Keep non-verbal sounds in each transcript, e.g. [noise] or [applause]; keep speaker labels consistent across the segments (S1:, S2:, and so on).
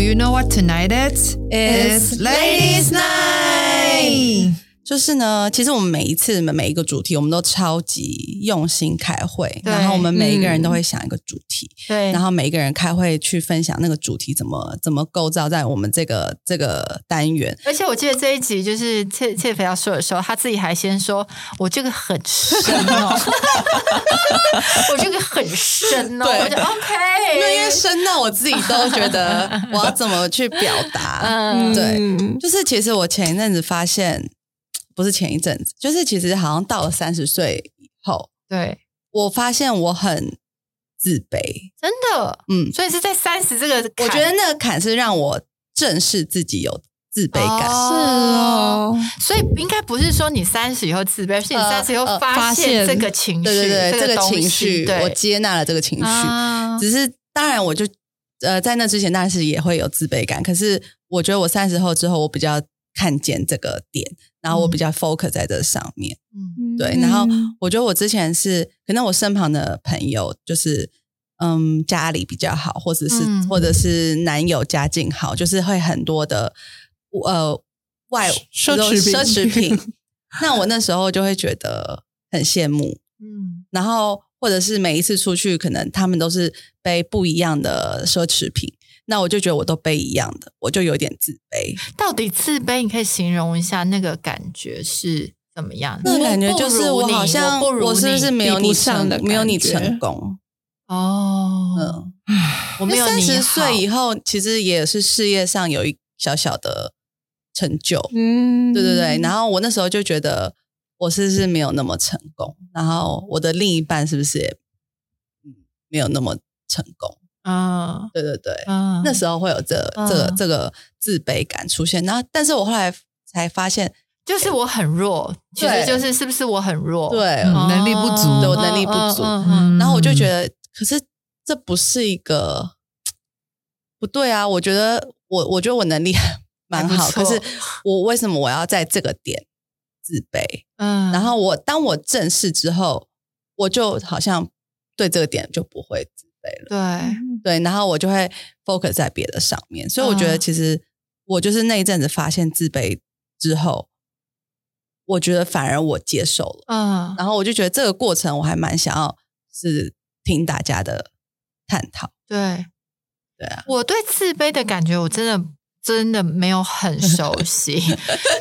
S1: you know what tonight is?
S2: It's Ladies'
S1: Night.
S2: 就是呢，其实我们每一次、每一个主题，我们都超级用心开会，
S3: 对嗯
S2: 然后我们每一个人都会想一个主题，
S3: 对，
S2: 然后每一个人开会去分享那个主题怎么怎么构造在我们这个这个单元。
S3: 而且我记得这一集就是切切肥要说的时候，他自己还先说：“我这个很深哦，
S2: [laughs]
S3: 我这个很深哦。”
S2: 对
S3: 我就 OK，
S2: 因为因为深到我自己都觉得我要怎么去表
S3: [laughs]
S2: 达，
S3: 嗯，
S2: 对
S4: 嗯
S2: 就是其实我前一阵子发现，不是前一阵子，就是其实好像到了三十岁以后，
S3: 对，
S2: 我发现我很自卑，
S3: 真的，
S2: 嗯，
S3: 所以是在三十这个坎，
S2: 我觉得那个坎是让我正视自己有自卑感。
S3: 哦
S4: 是哦，
S3: 所以应该不是说你三十以后自卑，而是你
S2: 呃
S3: 三十以后
S2: 呃
S3: 发
S4: 发
S3: 现
S4: 现
S3: 这个情绪，
S2: 对对对，
S3: 个
S2: 这个
S3: 东西
S2: 情绪，
S3: 对
S2: 我接纳了这个情绪。
S3: 啊
S2: 只是当然，我就呃，在那之前，当然是也会有自卑感。可是我觉得我三十后之后，我比较看见这个点，然后我比较 focus 在这上面。
S3: 嗯
S2: 对，然后我觉得我之前是，可能我身旁的朋友就是。嗯，家里比较好，或者是、
S3: 嗯
S2: 或者是男友家境好，就是会很多的呃外
S4: 奢侈品
S2: 奢侈品。
S3: [laughs]
S2: 那我那时候就会觉得很羡慕，
S3: 嗯
S2: 然后或者是每一次出去，可能他们都是背不一样的奢侈品，那我就觉得我都背一样的，我就有点自卑。
S3: 到底自卑，你可以形容一下那个感觉是怎么样？
S2: 那感觉就是
S3: 我不如
S2: 我
S3: 你
S2: 好像
S3: 我不如
S2: 我是不是
S3: 你
S2: 没有
S4: 比
S2: 你
S4: 不上
S2: 成
S4: 的感
S2: 没有你
S4: 觉
S2: 成功？
S3: 哦，
S2: 嗯，
S3: 我没有
S2: 三
S3: 你
S2: 十
S3: 好
S2: 岁以后，其实也是事业上有一小小的成就，
S4: 嗯
S2: 对对对。然后我那时候就觉得我是不是没有那么成功？然后我的另一半是不是也嗯没有那么成功？
S3: 嗯
S2: 对对对，
S3: 嗯，
S2: 那时候会有这这个
S3: 嗯
S2: 这个自卑感出现。然后，但是我后来才发现，
S3: 就是我很弱，其实
S2: 对
S3: 就是是不是我很弱？
S2: 对
S3: 嗯，
S4: 能力不足
S2: 对我能力不足
S3: 嗯嗯嗯嗯
S2: 然后我就觉得，可是这不是一个不对啊！我觉得我我觉得我能力
S3: [laughs]
S2: 蛮
S3: 还
S2: 好，
S3: 不错
S2: 可是我为什么我要在这个点自卑？
S3: 嗯
S2: 然后我当我正视之后，我就好像对这个点就不会自卑了。
S3: 对，
S2: 对，然后我就会 focus 在别的上面。所以我觉得，
S3: 嗯
S2: 其实我就是那一阵子发现自卑之后，我觉得反而我接受了，
S3: 嗯
S2: 然后我就觉得这个过程我还蛮想要是听大家的探讨。
S3: 对
S2: 对啊，
S3: 我对自卑的感觉，我真的真的没有很熟
S2: [laughs]
S3: 悉，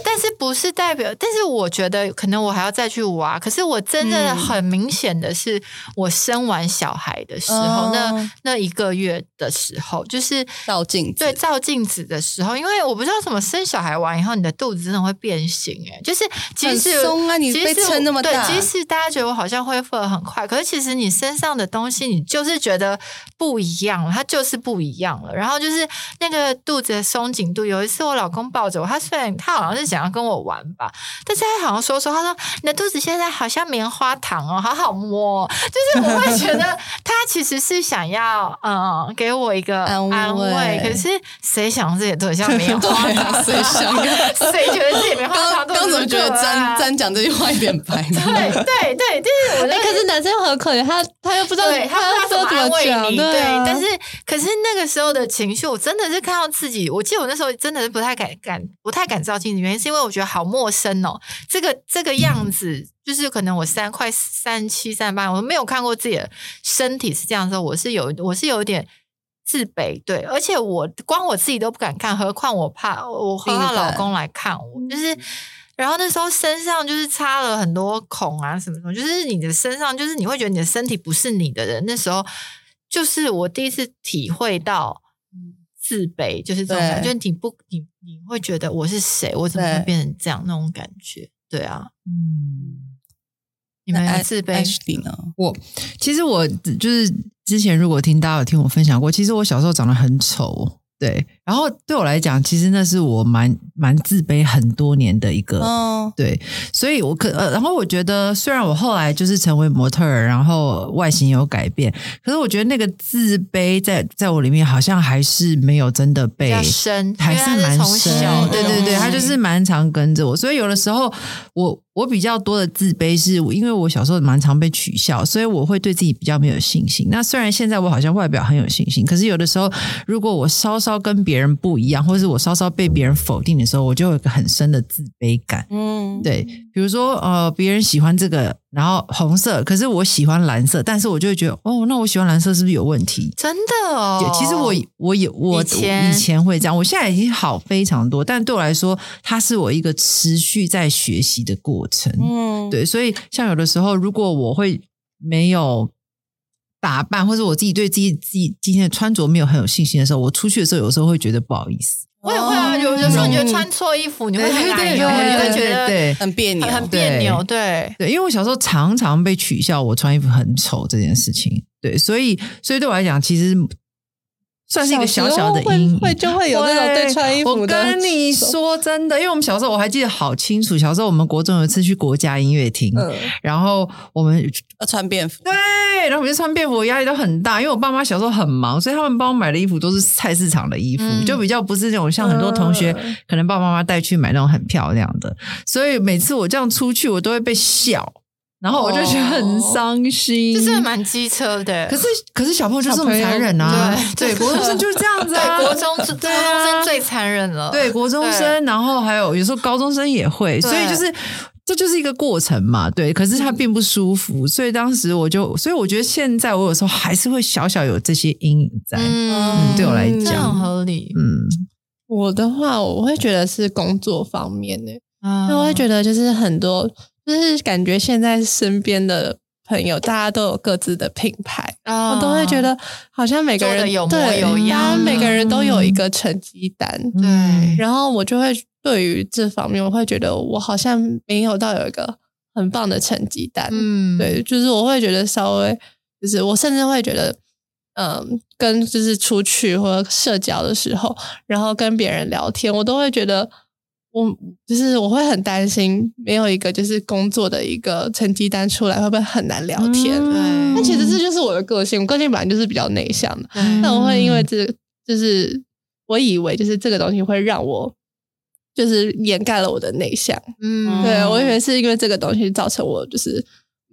S3: 但是不是代表，但是我觉得可能我还要再去挖。可是我真的
S2: 嗯
S3: 很明显的是，我生完小孩的时候，
S2: 哦
S3: 那那一个月的时候，就是
S2: 照镜子
S3: 对照镜子的时候，因为我不知道怎么生小孩完以后，你的肚子真的会变形、哎，就是即
S2: 很
S3: 使
S2: 松啊你
S3: 即
S2: 被
S3: 使
S2: 撑那么大
S3: 对，即使大家觉得我好像恢复的很快，可是其实你身上的东西，你就是觉得不一样了，它就是不一样了。然后就是那个肚子的松紧度，有一次我老公抱着我，他虽然他好像是想要跟我玩吧，但是他好像说说，他说你的肚子现在好像棉花糖哦， [laughs] 好好摸哦、就是我会觉得他其实是想要嗯给我一个
S2: 安慰
S3: 安慰，可是谁想自己的肚子像棉花糖？
S2: 谁想
S3: [laughs] 谁觉得自己棉花糖
S2: 刚
S3: 肚子
S2: 刚怎么觉得
S3: 可爱
S2: 詹詹讲这句话有点白呢？
S3: 啊 [laughs] 对
S2: [laughs]
S3: 对对，就是我
S5: [laughs]
S4: 哎、
S3: 那
S4: 可
S3: 个。
S4: 是男生又很可怜，他他又不知道
S3: 对他不知道
S4: 说
S3: 怎么安
S4: 么讲
S3: 慰，你，对
S4: 啊、，
S3: 但是可是那个时候的情绪，我真的是看到自己，我记得我那时候真的是不太敢敢不太敢照镜子，原因是因为我觉得好陌生哦，这个这个样子，就是可能我三快三七三八，我没有看过自己的身体是这样的时候，我是有我是有一点。自卑，对，而且我光我自己都不敢看，何况我怕我何
S2: 另
S3: 况
S2: 一
S3: 老
S2: 半嗯
S3: 公来看我，就是，然后那时候身上就是插了很多孔啊什么什么，就是你的身上就是你会觉得你的身体不是你的人，那时候就是我第一次体会到嗯自卑，就是这种感觉，
S2: 对
S3: 就是你不你你会觉得我是谁，我怎么会
S2: 对
S3: 变成这样那种感觉，对啊，
S4: 嗯，
S3: 你们
S2: 那
S3: 有
S2: Ash-
S3: 自卑
S2: Ashley 呢？
S4: 我其实我就是之前如果听大家有听我分享过，其实我小时候长得很丑。哦对，然后对我来讲，其实那是我蛮蛮自卑很多年的一个
S2: 嗯，
S4: 对，所以我可呃，然后我觉得，虽然我后来就是成为模特儿，然后外形有改变，可是我觉得那个自卑在在我里面好像还是没有真的
S3: 比
S4: 被
S3: 较深，
S4: 还
S3: 因为他
S4: 蛮
S3: 从
S4: 深
S3: 小嗯
S4: 的，对对对，
S3: 他
S4: 它就就是蛮常跟着我，所以有的时候我我比较多的自卑是，因为我小时候蛮常被取笑，所以我会对自己比较没有信心。那虽然现在我好像外表很有信心，可是有的时候如果我稍稍跟别人不一样，或是我稍稍被别人否定的时候，我就有一个很深的自卑感。
S2: 嗯，
S4: 对，比如说呃，别人喜欢这个，然后红色，可是我喜欢蓝色，但是我就会觉得哦，那我喜欢蓝色是不是有问题？
S3: 真的哦
S4: 对，其实我我也我
S3: 以前
S4: 以前会这样，我现在已经好非常多，但对我来说，它是我一个持续在学习的过程。
S2: 嗯，
S4: 对，所以像有的时候，如果我会没有打扮，或者我自己对自己自己今天的穿着没有很有信心的时候，我出去的时候，有时候会觉得不好意思。
S3: 我也会
S4: 哦
S3: 啊，
S2: 嗯
S3: 有有时候你觉得穿错衣服，你会很难用，你会觉得
S4: 对
S2: 很别扭
S3: 很，很别扭，对。
S4: 对，因为我小时候常常被取笑我穿衣服很丑这件事情。对，所以所以对我来讲，其实算是一个小小的阴影。
S2: 会就会有那种对穿衣服
S4: 我
S2: 的。
S4: 跟你，说真的，因为我们小时候我还记得好清楚，小时候我们国中有一次去国家音乐厅，
S2: 嗯，
S4: 然后我们
S2: 要穿便服，
S4: 对，然后我就穿便服，我压力都很大，因为我爸妈小时候很忙，所以他们帮我买的衣服都是菜市场的衣服，
S3: 嗯
S4: 就比较不是那种像很多同学、
S2: 嗯
S4: 可能爸爸妈妈带去买那种很漂亮的，所以每次我这样出去，我都会被笑，然后我就觉得很伤心。
S3: 这真的蛮机车的，
S4: 可是可是小朋友就是这么残忍啊，对，
S3: 对
S4: 国中生就是这样子啊，
S3: 对国中是
S4: 对
S3: 对
S4: 啊
S3: 国中生最残忍了，
S4: 对，国中生，然后还有有时候高中生也会，
S3: 对嗯
S4: 所以就是这就是一个过程嘛，对。可是他并不舒服，所以当时我就，所以我觉得现在我有时候还是会小小有这些阴影在，嗯
S3: 嗯，
S4: 对我来
S3: 这很
S4: 讲，
S3: 合理，
S5: 我的话，我会觉得是工作方面呢、
S3: 嗯，
S5: 那我会觉得就是很多，就是感觉现在身边的朋友，大家都有各自的品牌，
S3: 得
S5: 我都会觉，
S4: 嗯
S5: 得好像每个
S3: 做
S5: 人
S3: 得有模
S5: 对
S3: 有样
S5: 大家每个人都有一个成绩单，
S4: 嗯
S3: 对
S5: 然后我就会对于这方面，我会觉得我好像没有到有一个很棒的成绩单，
S3: 嗯，
S5: 对，就是我会觉得稍微，就是我甚至会觉得，嗯，跟就是出去或者社交的时候，然后跟别人聊天，我都会觉得我就是我会很担心，没有一个就是工作的一个成绩单出来，会不会很难聊天？
S3: 对
S4: 嗯
S5: 那其实这就是我的个性，我个性本来就是比较内向的，
S3: 对，
S5: 那我会因
S2: 嗯
S5: 为这就是我以为就是这个东西会让我。就是掩盖了我的内向，
S3: 嗯，
S5: 对，我以为是因为这个东西造成我就是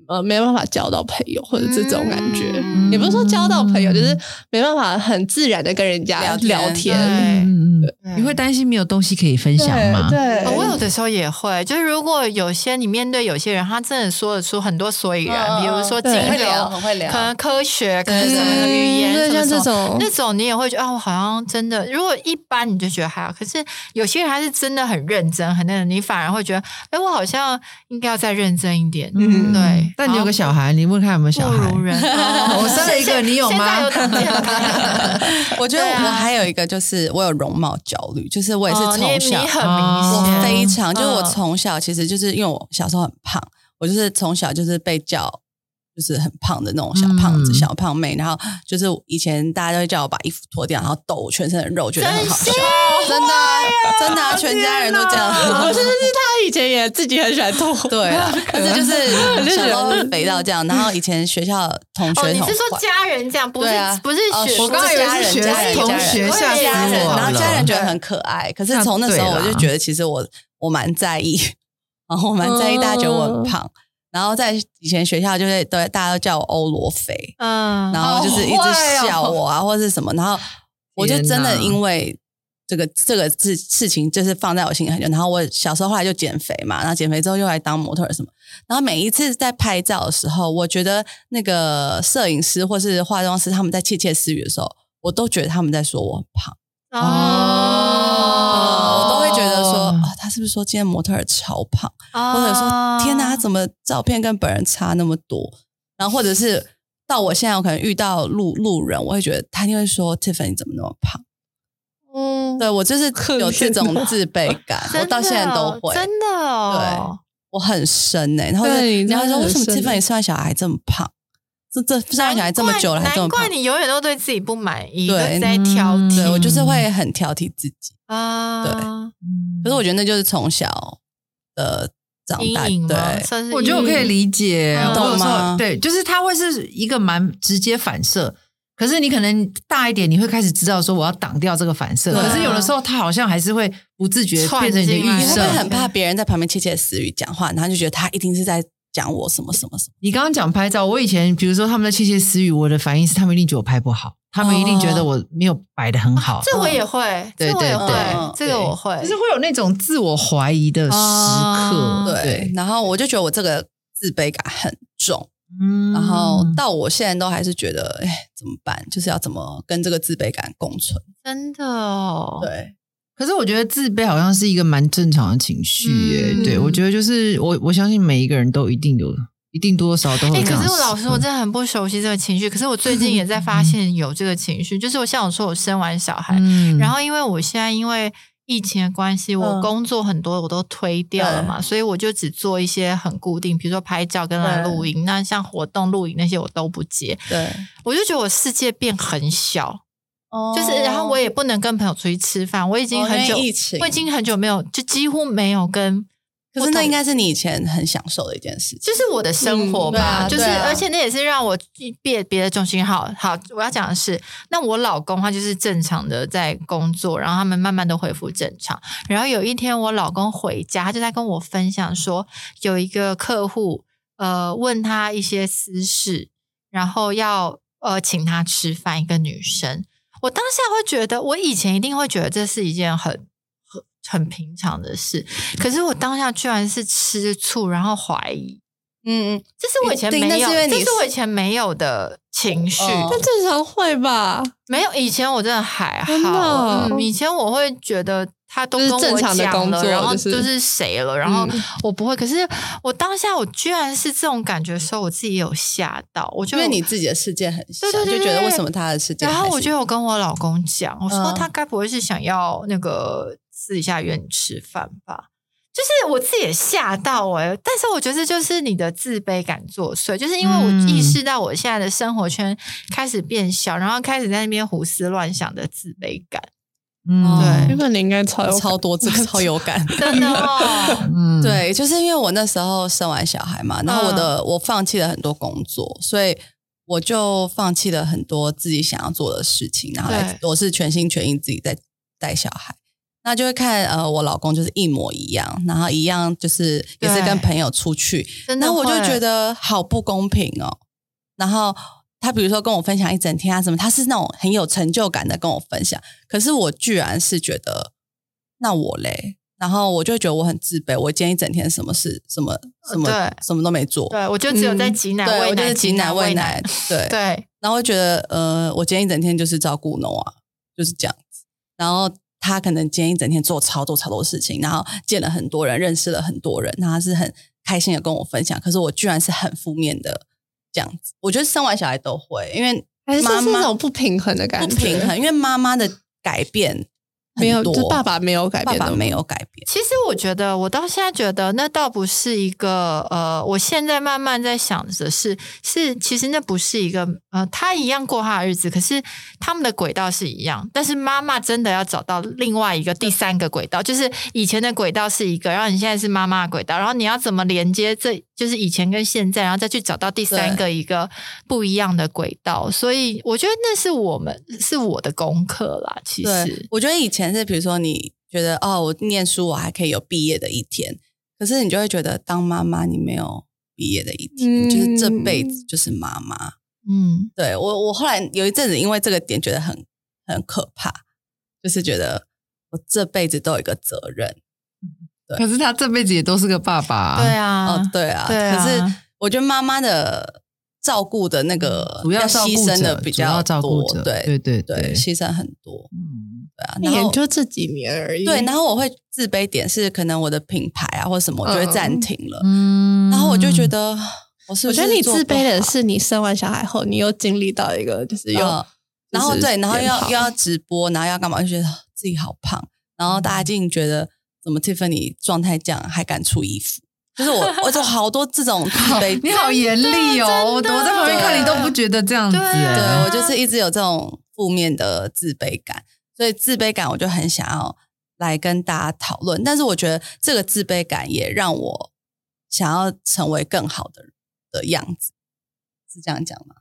S5: 呃没办法交到朋友，或者这种感觉，
S3: 嗯
S5: 也不是说交到朋友，
S4: 嗯
S5: 就是没办法很自然的跟人家
S2: 聊
S5: 聊
S2: 天
S5: 天。
S3: 对
S4: 嗯嗯
S3: 对
S4: 嗯，你会担心没有东西可以分
S3: [laughs]
S4: 享吗？
S5: [laughs] 对，
S3: 哦我有的时候也会，就是如果有些你面对有些人，他真的说得出很多所以然，
S2: 嗯
S3: 啊比如说
S5: 对
S3: 金
S2: 很会
S3: 流，
S2: 聊，很会聊
S3: 可，能科学，可能
S2: 对
S3: 什么的语言，
S5: 嗯对，
S3: 什么什
S5: 像这
S3: 么
S5: 种，
S3: 那种你也会觉得啊，我好像真的，如果一般你就觉得还好，可是有些人他是真的很认真，很认真，你反而会觉得，哎，我好像应该要再认真一点。
S5: 嗯
S3: 对，
S4: 但你有个小孩，你问看有没有小
S3: 不
S4: 孩
S3: 如？人，哦
S4: 我生了一个你有吗
S3: 现在有打架
S2: 我觉得
S3: 对啊
S2: 我还有一个就是我有容貌焦虑，就是我也是
S3: 哦你
S2: 从
S3: 你
S2: 小
S3: 很
S4: 哦
S3: 明
S2: 我
S3: 显，
S2: 非常，就是我
S3: 嗯
S2: 从小其实就是因为我小时候很胖，我就是从小就是被叫就是很胖的那种小胖子、
S4: 嗯
S2: 小胖妹，然后就是以前大家都会叫我把衣服脱掉，然后抖我全身的肉，觉得很好笑，真的啊真
S3: 哦
S2: 的啊，全家人都这样
S3: [laughs]
S5: 我。甚至是他以前也自己很喜欢吐，
S2: [laughs] 对
S5: [laughs]
S2: 啊， [laughs] 可是就是小时候肥到这样，然后以前学校同学
S3: 哦，
S2: 同
S3: 你是说
S2: 坏
S3: 家人这样，不是
S2: 对啊
S3: 不是
S2: 哦
S3: 学
S2: 我刚以为是学
S3: 家人
S2: 同
S3: 家人
S2: 学
S3: 我以为
S4: 吓死
S3: 家人
S4: 我了
S2: 然后家人觉得
S3: 对啊
S2: 很可爱，可是从那时候
S4: 那
S2: 我
S4: 对啦
S2: 就觉得，其实我我蛮在意，然后我蛮在意大家觉得我
S4: 嗯
S2: 很胖。然后在以前学校就会对大家都叫我欧罗肥，
S3: 嗯，
S2: 然后就是一
S4: 好坏
S2: 直
S4: 哦
S2: 笑我啊，或是什么。然后我就真的
S4: 天哪
S2: 因为这个这个事事情，就是放在我心里很久。然后我小时候后来就减肥嘛，然后减肥之后又来当模特儿什么。然后每一次在拍照的时候，我觉得那个摄影师或是化妆师他们在窃窃私语的时候，我都觉得他们在说我很胖。
S3: 哦
S2: 嗯我都会觉得说，
S4: 哦
S2: 啊、他是不是说今天模特儿超胖，
S3: 啊
S2: 或者说
S4: 嗯
S2: 天哪，他怎么照片跟本人差那么多？然后或者是到我现在，我可能遇到路路人，我会觉得他一定会说，Tiffany 你怎么那么胖？
S5: 嗯，
S2: 对我就是有这种
S5: 可怜啊
S2: 自卑
S3: [laughs]
S2: 感，
S3: 真的
S2: 我到现在都会，
S3: 真的哦，
S2: 我很深欸呢、然后就
S5: 对
S2: 然后说，
S5: 真的很
S2: 为什么
S5: 深欸
S2: Tiffany 生完小孩这么胖？这这生完小孩这么久了还这
S3: 难
S2: 么胖
S3: 怪？你永远都对自己不满意，
S2: 对
S3: 都在挑
S4: 嗯
S2: 对
S3: 剔
S2: 我就是会很挑剔自己。
S3: 啊，
S4: 嗯
S2: 可是我觉得那就是从小的长大，
S3: 阴影吗？
S2: 对，
S3: 算是
S4: 我觉得我可以理解，
S3: 嗯
S4: 我有时候
S2: 懂吗
S4: 对，就是它会是一个蛮直接反射。可是你可能大一点，你会开始知道说我要挡掉这个反射。
S2: 对啊
S4: 可是有的时候，它好像还是会不自觉
S3: 窜
S4: 变成你的
S3: 进来
S4: 预
S2: 你会不
S4: 设
S2: 会。很怕别人在旁边窃窃私语讲话，然后就觉得他一定是在讲我什么什么什么？
S4: 你刚刚讲拍照，我以前比如说他们在窃窃私语，我的反应是他们一定觉得我拍不好，他们一定觉得我没有摆的很好，
S3: 这我也会，
S4: 对
S3: 这我也
S4: 对
S3: 会
S2: 对，
S3: 这个我会，
S4: 就是会有那种自我怀疑的时刻
S3: 哦。
S2: 对
S4: 对，，
S2: 然后我就觉得我这个自卑感很重，
S4: 嗯
S2: 然后到我现在都还是觉得，哎，怎么办？就是要怎么跟这个自卑感共存？
S3: 真的哦。
S2: 对，
S4: 可是我觉得自卑好像是一个蛮正常的情绪耶。
S3: 嗯
S4: 对，我觉得就是我我相信每一个人都一定有，一定多多少少
S2: 哦
S4: 都会
S3: 哎、
S4: 有这样
S3: 可
S4: 的时
S3: 是
S4: 刻。
S3: 我老
S2: 嗯
S3: 实说，我真的很不熟悉这个情绪。可是我最近也在发现有这个情绪，就是我像我说，我生完小孩，
S4: 嗯
S3: 然后因为我现在因为疫情的关系，我
S2: 嗯
S3: 工作很多我都推掉了嘛，所以我就只做一些很固定，比如说拍照跟来录影。那像活动录影那些我都不接，
S2: 对，
S3: 我就觉得我世界变很小，
S2: 哦
S3: 就是然后我也不能跟朋友出去吃饭，我已经
S2: 哦
S3: 很
S2: 因为
S3: 久，
S2: 疫情
S3: 我已经很久没有，就几乎没有跟。
S2: 可是那应该是你以前很享受的一件事情。
S3: 就是我的生活
S5: 嗯对
S3: 吧，
S5: 啊
S3: 就是、
S5: 对啊
S3: 而且那也是让我别别的重心好好。我要讲的是，那我老公他就是正常的在工作，然后他们慢慢的恢复正常。然后有一天我老公回家，他就在跟我分享说，有一个客户呃问他一些私事，然后要呃请他吃饭，一个女生。我当下会觉得，我以前一定会觉得这是一件很很很平常的事，可是我当下居然是吃醋，然后怀疑。
S2: 嗯嗯，
S3: 这是我以前
S2: 一定
S3: 没有，
S2: 那是因为
S3: 这
S2: 你
S3: 是我以前没有的情绪，
S2: 哦
S5: 但正常会吧？
S3: 没有以前我真的还
S5: 真的
S3: 好，嗯，以前我会觉得他都跟
S5: 就是
S3: 我
S5: 正常的
S3: 讲
S5: 工
S3: 了，
S5: 作
S3: 然后
S5: 就是
S3: 就是谁了，然后
S5: 嗯
S3: 我不会，可是我当下我居然是这种感觉的时候，我自己也有吓到，我就
S2: 因为你自己的世界很小，
S3: 对对对
S2: 就觉得
S3: 对
S2: 为什么他的世界还
S3: 然
S2: 是？
S3: 后我就有跟我老公讲，我说
S2: 嗯
S3: 他该不会是想要那个私底下约你吃饭吧？就是我自己也吓到哎、但是我觉得这就是你的自卑感作祟，就是因为我
S4: 嗯
S3: 意识到我现在的生活圈开始变小，然后开始在那边胡思乱想的自卑感，
S4: 嗯
S5: 原本你应该超有
S2: 超多这个超有感。
S3: 真的哦，
S4: 嗯，
S2: 对，就是因为我那时候生完小孩嘛，然后我的、我放弃了很多工作，所以我就放弃了很多自己想要做的事情，然后来我是全心全意自己在带小孩。那就会看呃，我老公就是一模一样，然后一样就是也是
S3: 对
S2: 跟朋友出去，
S3: [laughs] 真的
S2: 然后我就
S3: 会
S2: 觉得好不公平哦。然后他比如说跟我分享一整天啊什么，他是那种很有成就感的跟我分享，可是我居然是觉得那我嘞，然后我就会觉得我很自卑，我今天一整天什么事什么什么、
S3: 对
S2: 什么都没做，
S3: 对我就只有在
S5: 嗯
S3: 挤奶
S2: 对
S3: 喂
S2: 我就
S3: 奶，
S2: 是挤奶喂
S3: 喂
S2: 奶，，
S3: [laughs]
S2: 对，
S3: 对，
S2: 然后我就觉得呃，我今天一整天就是照顾农啊，就是这样子，然后。他可能今天一整天做超多超多事情，然后见了很多人，认识了很多人，然后他是很开心的跟我分享。可是我居然是很负面的这样子，我觉得生完小孩都会，因为
S5: [laughs] 还是
S2: 妈
S5: 是
S2: 妈
S5: 那种不平衡的感
S2: 不
S5: 觉，
S2: 平衡，因为妈妈的改变很
S5: 没有，
S2: 多
S5: 就是爸爸没有改
S2: 爸
S5: 变的，
S2: 爸没有改变，
S3: 其实我觉得，我到现在觉得那倒不是一个呃，我现在慢慢在想的是，是其实那不是一个呃，他一样过他的日子，可是他们的轨道是一样，但是妈妈真的要找到另外一个第三个轨道，就是以前的轨道是一个，然后你现在是妈妈的轨道，然后你要怎么连接这，就是以前跟现在，然后再去找到第三个一个不一样的轨道，所以我觉得那是我们是我的功课啦，其
S2: 对
S3: 实，。
S2: 我觉得以前是，比如说你觉得哦，我念书我还可以有毕业的一天，可是你就会觉得当妈妈你没有毕业的一天，
S5: 嗯
S2: 就是这辈子就是妈妈。
S3: 嗯，
S2: 对我，我后来有一阵子因为这个点觉得很很可怕，就是觉得我这辈子都有一个责任。
S4: 可是他这辈子也都是个爸爸啊，
S3: 对啊，
S2: 哦，对啊，
S3: 对啊
S2: 可是我觉得妈妈的照顾的那个
S4: 主要照
S2: 牺
S4: 顾者
S2: 牲的比
S4: 主要
S2: 较
S4: 照顾
S2: 多
S4: 者，
S2: 对
S4: 对对
S2: 对，牺牲很多，
S4: 嗯
S2: 对啊。然
S5: 也
S2: 后
S5: 就这几年而已。
S2: 对，然后我会自卑点是可能我的品牌啊或什么，我就会暂停了，
S4: 嗯
S2: 然后我就觉得我是
S5: 我
S2: 不是
S5: 觉得你
S2: 做不
S5: 自卑的
S2: 好
S5: 是，你生完小孩后，你又经历到一个就是又、
S2: 嗯然后
S5: 就是
S2: 对，然后又
S5: 变
S2: 要
S5: 胖
S2: 又要直播，然后要干嘛，就觉得啊自己好胖，然后大家竟然觉得怎么 Tiffany 状态这样还敢出衣服，就是我我就好多这种自卑，
S5: [laughs]
S4: 你好严厉哦，我我
S3: 真的
S4: 在旁边看你都不觉得这样子，
S3: 对啊
S2: 对
S4: 哎
S2: 我就是一直有这种负面的自卑感，所以自卑感我就很想要来跟大家讨论。但是我觉得这个自卑感也让我想要成为更好的的样子，是这样讲吗？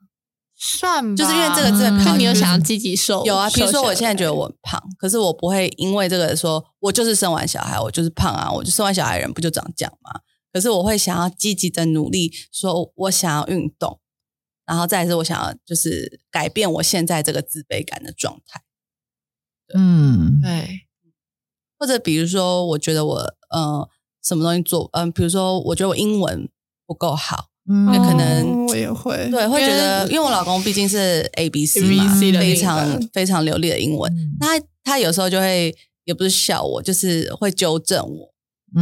S3: 算吧，
S2: 就是因为这个真的
S5: 就
S2: 跑
S5: 嗯你有
S2: 就是
S5: 想要积极瘦？
S2: 有啊，比如
S5: 瘦
S2: 说
S5: 下
S2: 我现在
S5: 来
S2: 觉得我很胖，可是我不会因为这个说，我就是生完小孩，我就是胖啊，我就生完小孩人不就长这样吗？可是我会想要积极的努力，说我想要运动，然后再来是我想要就是改变我现在这个自卑感的状态，
S4: 嗯，
S3: 对，
S2: 或者比如说我觉得我嗯、呃什么东西做嗯、比如说我觉得我英文不够好，
S4: 嗯
S2: 那可能
S5: 哦我也会，
S2: 对，会觉得，嗯因为我老公毕竟是 A B C 嘛
S5: ABC 的
S2: 非
S5: 另一半
S2: 常非常流利的英文，
S4: 嗯
S2: 那他他有时候就会也不是笑我，就是会纠正我，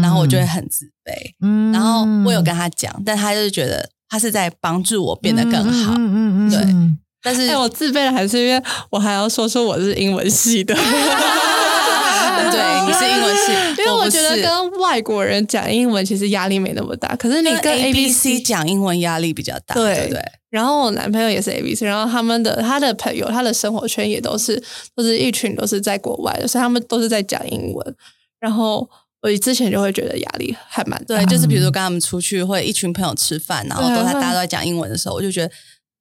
S2: 然后我就会很自卑。
S4: 嗯
S2: 然后我有跟他讲，但他就是觉得他是在帮助我变得更好， [laughs]
S4: 嗯嗯嗯嗯
S2: 对
S4: 嗯
S2: 但是
S5: 哎，我自卑的还是因为我还要说说我是英文系的，
S2: [laughs] [laughs]
S5: [laughs]
S2: 对你是英文系，
S5: 因为我
S2: 不
S5: 觉得
S2: 是
S5: 跟外国人讲英文其实压力没那么大，可是你跟
S2: A B C
S5: C
S2: 讲英文压力比较大，
S5: 对
S2: 对不对？
S5: 然后我男朋友也是 A B C，然后他们的他的朋友，他的生活圈也都是都是一群都是在国外的，所以他们都是在讲英文。然后我之前就会觉得压力还蛮大
S2: 对，就是比如
S5: 嗯
S2: 说跟他们出去，或者一群朋友吃饭，然后都他大家都在讲英文的时候，我就觉得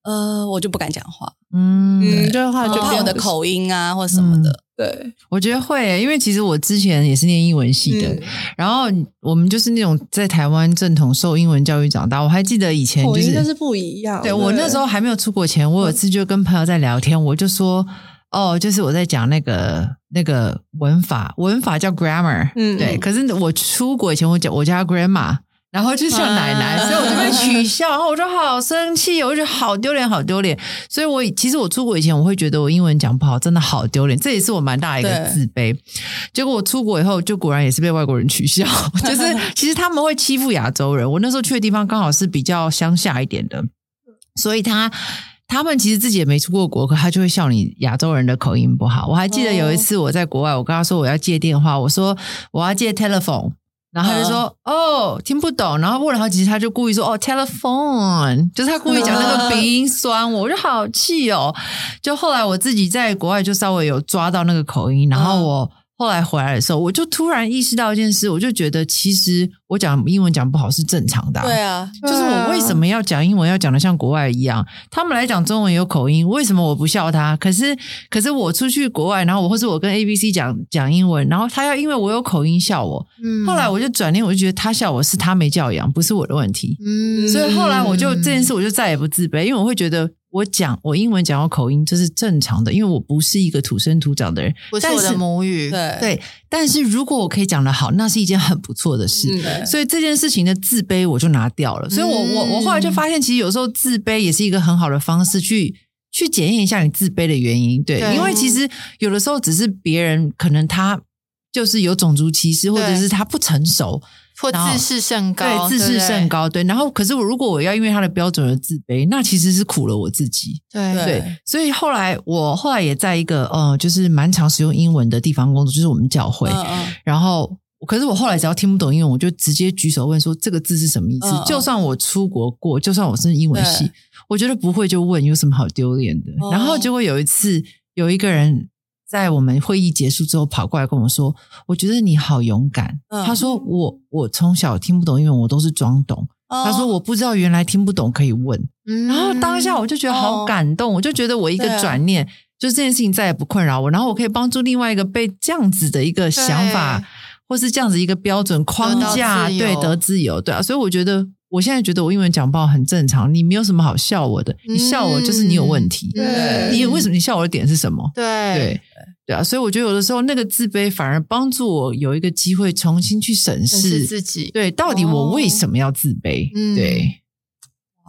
S2: 呃，我就不敢讲话，
S4: 嗯
S5: 嗯，就话
S2: 我
S5: 就
S2: 哦怕我
S5: 变
S2: 的
S5: 得嗯
S2: 口音啊或什么的，
S5: 对，
S4: 我觉得会耶，因为其实我之前也是念英文系的，
S5: 嗯
S4: 然后我们就是那种在台湾正统受英文教育长大。我还记得以前
S5: 口
S4: 就
S5: 音
S4: 是，
S5: 哦就是不一样。
S4: 对我那时候还没有出国前，我有一次就跟朋友在聊天，我就说，哦，就是我在讲那个那个文法，文法叫 grammar，
S5: 嗯
S4: 对。可是我出国以前，我叫我叫她 grandma。然后就叫奶奶，
S5: 啊
S4: 所以我就被取笑，然后我就好生气，我就觉得好丢脸，好丢脸。所以我其实我出国以前，我会觉得我英文讲不好，真的好丢脸，这也是我蛮大一个
S2: 对
S4: 自卑。
S5: 嗯
S4: 结果我出国以后，就果然也是被外国人取笑， [laughs] 就是其实他们会欺负亚洲人。我那时候去的地方刚好是比较乡下一点的，所以他。他们其实自己也没出过国，可他就会笑你亚洲人的口音不好。我还记得有一次我在国外，我跟他说我要借电话，我说我要借 telephone，然后他就说、哦听不懂，然后问了好几次，他就故意说哦 telephone，就是他故意讲那个鼻音酸我，我就好气哦。就后来我自己在国外就稍微有抓到那个口音，然后我后来回来的时候，我就突然意识到一件事，我就觉得其实我讲英文讲不好是正常的啊、
S2: 对啊，
S4: 就是我为什么要讲英文，要讲的像国外一样？他们来讲中文有口音，为什么我不笑他？可是，可是我出去国外，然后我或者我跟 A B C 讲讲英文，然后他要因为我有口音笑我。
S3: 嗯
S4: 后来我就转念，我就觉得他笑我是他没教养，不是我的问题。
S3: 嗯
S4: 所以后来我就这件事，我就再也不自卑，因为我会觉得我讲我英文讲有口音这是正常的，因为我不是一个土生土长的人。
S3: 不是我
S4: 但
S3: 的
S4: 是
S3: 母语，
S2: 对
S4: 对，但是如果我可以讲得好，那是一件很不错的事。
S2: 对
S4: 所以这件事情的自卑我就拿掉了。所以我
S3: 嗯
S4: 我我后来就发现，其实有时候自卑也是一个很好的方式去。去检验一下你自卑的原因，对，
S3: 对
S4: 因为其实有的时候只是别人可能他就是有种族歧视，或者
S3: 对
S4: 是他不成熟，
S3: 或
S4: 然后
S3: 自视甚高，
S4: 对，自
S3: 不
S4: 视甚，高，对。然后，可是我如果我要因为他的标准而自卑，那其实是苦了我自己。
S3: 对
S4: 对，所以后来我后来也在一个呃，就是蛮常使用英文的地方工作，就是我们教会。
S2: 嗯嗯
S4: 然后，可是我后来只要听不懂英文，我就直接举手问说这个字是什么意思。
S2: 嗯嗯
S4: 就算我出国过，就算我是英文系
S2: 对，
S4: 我觉得不会就问，有什么好丢脸的？
S2: 哦
S4: 然后结果有一次，有一个人在我们会议结束之后跑过来跟我说：“我觉得你好勇敢。
S2: 嗯
S4: 他说：“我我从小听不懂英文，我都是装懂。
S2: 哦嗯
S4: 他说：“我不知道原来听不懂可以问。”
S3: 嗯哦
S4: 然后当下我就觉得好感动，我就觉得我一个
S2: 对啊
S4: 转念，就这件事情再也不困扰我，然后我可以帮助另外一个被这样子的一个想法
S3: 对，
S4: 或是这样子一个标准框架，
S3: 得到自由
S4: 对，得自由，对啊，所以我觉得我现在觉得我英文讲不好很正常，你没有什么好笑我的，你笑我就是你有问题，
S3: 嗯
S4: 你为什么你笑我的点是什么？
S3: 对
S4: 对对啊，所以我觉得有的时候那个自卑反而帮助我有一个机会重新去审
S3: 审视
S4: 视，
S3: 自己，
S4: 对，到底我为什么要自卑？
S3: 嗯
S4: 对。